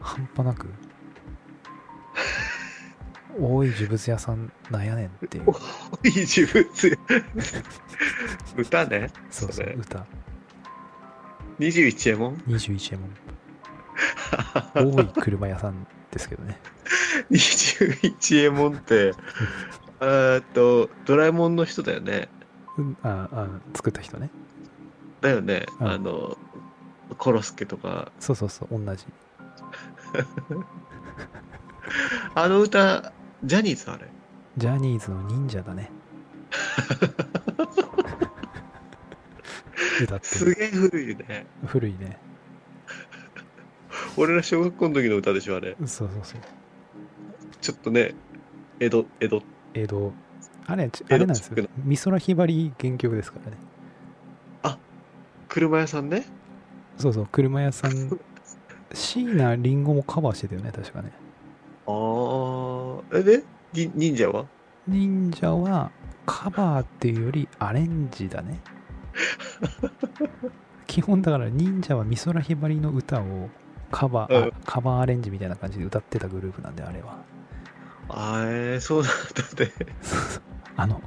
S1: 半端
S2: *laughs*
S1: なくおい呪物屋さんなんやねんっていう
S2: いい自分つ歌ね
S1: そう
S2: そ
S1: そう
S2: れ
S1: 歌
S2: 21円も *laughs* ん
S1: 21円も多い車屋さんですけどね *laughs*
S2: 21エモンって、えーっと、ドラえもんの人だよね。
S1: うんああ作った人ね
S2: だよね、
S1: うん
S2: あの、コロスケとか、
S1: そうそうそう同じ
S2: あの歌、ジャニーズあれ
S1: ジャニーズの忍者
S2: *laughs*
S1: だね歌って
S2: す
S1: る
S2: げえ古いね。
S1: 古いね
S2: 俺ら小学校の時の歌でしょ、あれ。
S1: そうそうそう
S2: ちょっとね、江戸、江戸。
S1: 江戸あれち
S2: 江戸
S1: あれなんです
S2: 地区
S1: よ
S2: の
S1: 美空ひばり原曲ですからね
S2: 車屋さんね。
S1: そうそう車屋さん椎名林檎もカバーしてたよね確かね
S2: ああ、え、で、に忍者は
S1: 忍者はカバーっていうよりアレンジだ
S2: *laughs*
S1: ね基本だから忍者は美空ひばりの歌をカバー、あ
S2: うん
S1: カバーアレンジみたいな感じで歌ってたグループなんであれは *laughs*
S2: あーえーそうなんだって。
S1: そうそうあの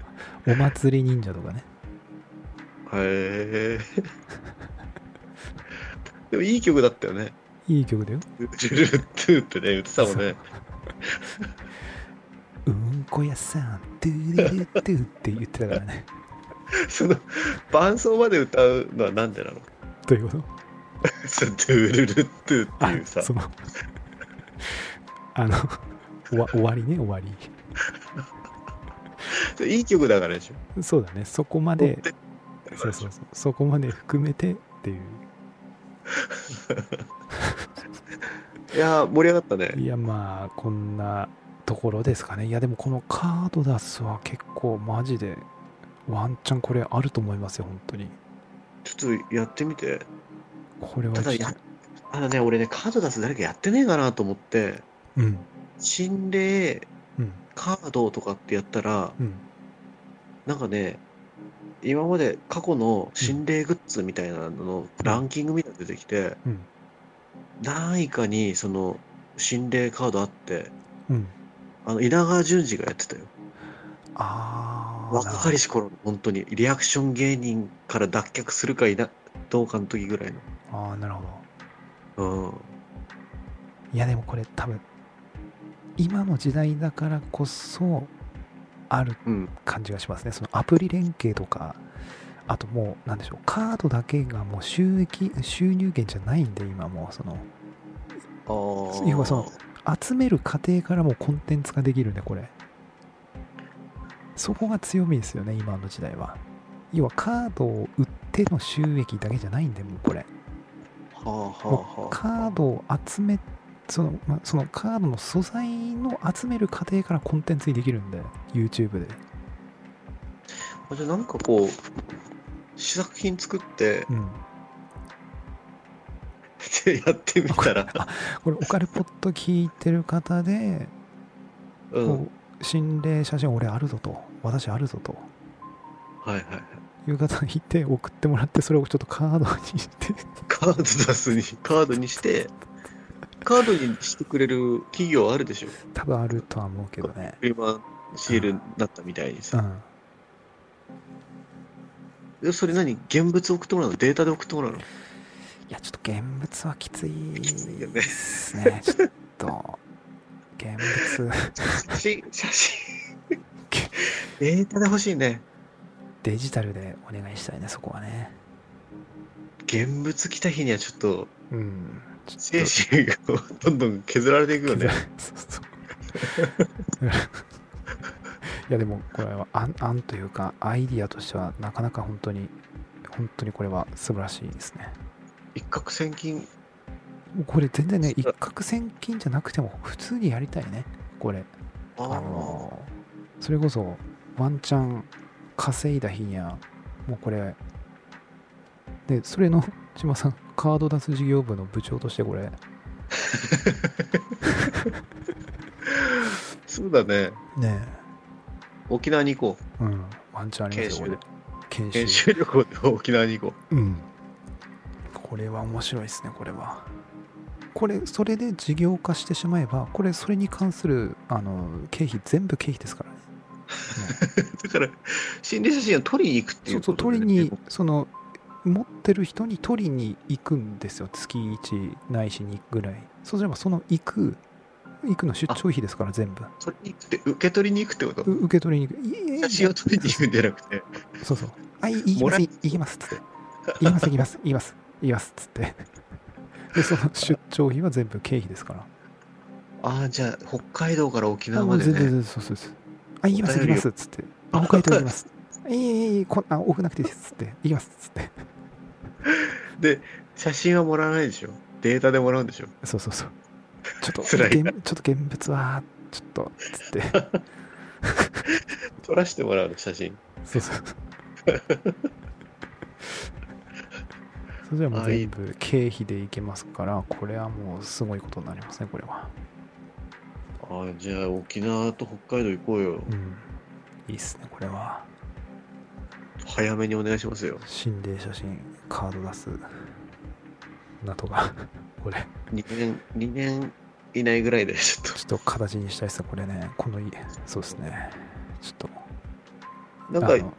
S1: お祭り忍者とかね
S2: へえ。でもいい曲だったよね。
S1: いい曲だよ
S2: ジュルルットゥーってね、言ってたもんね。
S1: うんこ屋さんドゥルルドゥって言ってたからね
S2: その、伴奏まで歌うのはなんでなの
S1: どういうこと
S2: そのドゥルルットゥーって
S1: あ
S2: いうさ。
S1: そのあの終わ終わりね終わり
S2: いい曲だからでしょ。
S1: そうだねそこまで
S2: で
S1: そうそうそうそこまで含めてっていう
S2: いやー、盛り上がったね。
S1: いやまあこんなところですかねいやでもこのカードダスは結構マジでワンチャンこれあると思いますよ本当に
S2: ちょっとやってみて。
S1: これは
S2: ただ
S1: ちょっ
S2: や
S1: と、
S2: あのね、俺ね、カード出す誰かやってねえかなと思って、
S1: うん
S2: 心霊
S1: うん
S2: カードとかってやったら、
S1: うん
S2: なんかね、今まで過去の心霊グッズみたいなののランキングみたいなの出てきて、
S1: うん
S2: 何位かにその心霊カードあって、
S1: うん
S2: あの稲川淳二がやってたよ。
S1: ああ
S2: 若かりし頃の本当にリアクション芸人から脱却するかいなどうかの時ぐらい
S1: ああなるほど
S2: の。うん。
S1: いやでもこれ多分今の時代だからこそある
S2: うん。
S1: 感じがしますねそのアプリ連携とかあともうなんでしょうカードだけがもう収益収入源じゃないんで今もうその
S2: ああ。
S1: 要はその集める過程からもうコンテンツができるねこれそこが強みですよね今の時代は要はカードを売っての収益だけじゃないんでもうこれ
S2: はあはあはあ。
S1: カードを集めその,、まあ、そのカードの素材の集める過程からコンテンツにできるんで YouTube で
S2: あじゃあなんかこう、試作品作って、 *laughs*
S1: うん
S2: でやってみたら、
S1: これオカルポッド聞いてる方で、
S2: う
S1: こ
S2: ん。
S1: う心霊写真俺あるぞと私あるぞと
S2: はいはいはい。
S1: いう方がいて送ってもらってそれをちょっとカードにして
S2: カード出すに、カードにして、カードにしてくれる企業あるでしょ。
S1: 多分あるとは思うけど
S2: *laughs*
S1: ね。
S2: 今、シールになったみたいに
S1: う
S2: さ。
S1: ん。
S2: でそれ何現物送ってもらうのデータで送ってもらうの
S1: いや、ちょっと現物はきつい
S2: きついよね
S1: ですね。ちょっと、現物、
S2: 写真、写真。 *laughs* データで欲しいね。
S1: デジタルでお願いしたいね、そこはね。
S2: 現物来た日にはちょっと、
S1: うん。
S2: 精神がどんどん削られていくよね。
S1: そうそう。 *laughs* いや、でも、これは案、案というか、アイディアとしては、なかなか本当に、本当にこれは素晴らしいですね。
S2: 一攫千金。
S1: もうこれ全然ね、一攫千金じゃなくても、普通にやりたいね、これ。
S2: あ
S1: あのそれこそワンチャン稼いだ日にはもうこれでそれの *laughs* 千葉さんカード出す事業部の部長としてこれ
S2: ーそうだね。
S1: ね
S2: 沖縄に行こう。
S1: うんワンチャンありますよこれ研
S2: 研修旅行で沖縄に行こ
S1: うんこれは面白いですねこれはこれそれで事業化してしまえばこれそれに関するあの経費全部経費ですからね
S2: う。だから、心理写真を撮りに行くってい
S1: そううそう
S2: ことで
S1: 取
S2: ね
S1: りにその持ってる人に取りに行くんですよ月1ないし2ぐらいそうすればその行く行くの出張費ですから、全部。
S2: それに行くって、受け取りに行くってこと
S1: う受け取りに行く。いえいえ
S2: 写真を撮りに行くんじゃなくて、
S1: そうそう。あ、いい行き
S2: も
S1: ま
S2: ら
S1: す、い行きます、つって。行きます、行きます、行きます、行きます、つ
S2: *laughs*
S1: って。で、その出張費は全部経費ですから。
S2: ああ、じゃあ、北海道から沖
S1: あ
S2: 縄
S1: も
S2: ま
S1: う
S2: で
S1: 全然、全然
S2: ね。
S1: そうそうです。あ、行きます、
S2: お
S1: 行
S2: 便
S1: き
S2: りを
S1: ます、つって。あ、北海道行きます。いえいえいえ、こんあ、多くなくていいです、つって。行きます、つって。
S2: 写真はもらわないでしょ。データでもらうんでしょ。
S1: そうそうそう。ちょっと、
S2: 辛い
S1: 現ちょっと現物は、ちょっと、つ
S2: *laughs*
S1: って。
S2: 撮らせてもらうの、写真。
S1: そうそう。それじゃもう
S2: あいい
S1: 全部経費でいけますから、これはもうすごいことになりますね、これは。
S2: ああ、じゃあ、沖縄と北海道行こうよ。
S1: うん。いいっすね、これは。
S2: 早めにお願いしますよ。
S1: 心霊写真、カード出す。なとか、 *laughs* これ、
S2: 2年、2年以内ぐらいで、ちょっと
S1: ちょっと形にしたいっすね、これね。この家、そうですね。ちょっと、。
S2: なんか
S1: あ、の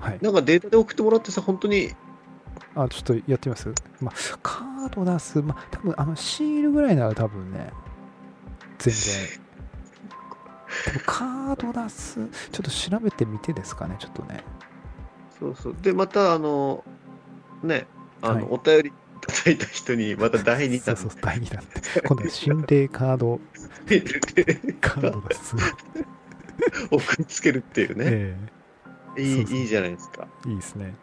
S1: はい。
S2: なんかデータで送ってもらってさ、本当に、
S1: あ、ちょっとやってみますまあ、カード出す、まあ、多分あの、シールぐらいなら多分ね、全然。カード出す、ちょっと調べてみてですかね、ちょっとね。
S2: そうそう。で、また、あの、ね、あの、
S1: はい
S2: お便りいただいた人に、また第2弾
S1: そうそう、第2弾。今度は心霊カード、
S2: メールで
S1: カード出す。
S2: *laughs* 送りつけるっていうね。
S1: え
S2: いい
S1: そうそう
S2: いいじゃないですか。
S1: えいいですね。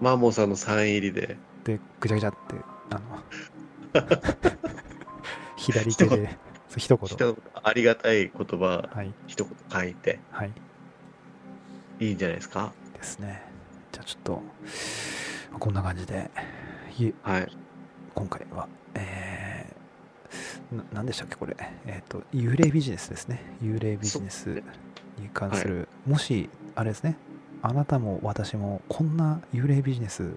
S2: マーモンさんのサイン入りで。
S1: で、ぐちゃぐちゃって、あの、 *laughs* 左手で、そう一
S2: 一
S1: 言。
S2: 言ありがたい言葉、
S1: はい、
S2: 一言書いて、
S1: はい、
S2: いいんじゃないですか。
S1: ですね。じゃあちょっと、こんな感じで、いえ
S2: はい。
S1: 今回は、えー、ななんでしたっけ、これ、えっ、と、幽霊ビジネスですね。幽霊ビジネスに関する、もし、あれですね、あなたも私もこんな幽霊ビジネス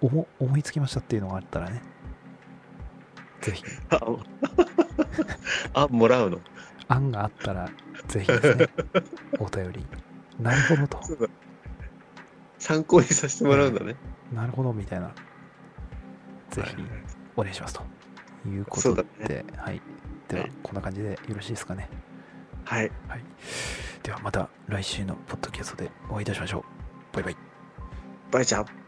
S1: 思思いつきましたっていうのがあったらね、ぜひ、
S2: あ、 *laughs* あもらうの。
S1: 案があったら、ぜひです
S2: *laughs*
S1: ね、お便り、なるほどと、
S2: そうだ参考にさせてもらうんだね。
S1: なるほどみたいな、ぜひ
S2: はい
S1: お願いしますというこ
S2: そ
S1: と
S2: うだ
S1: で、はい。では
S2: はい、
S1: こんな感じでよろしいですかね。
S2: はい。
S1: はい、ではまた来週のポッドキャストでお会いいたしましょう。バイバイ。
S2: バイちゃん。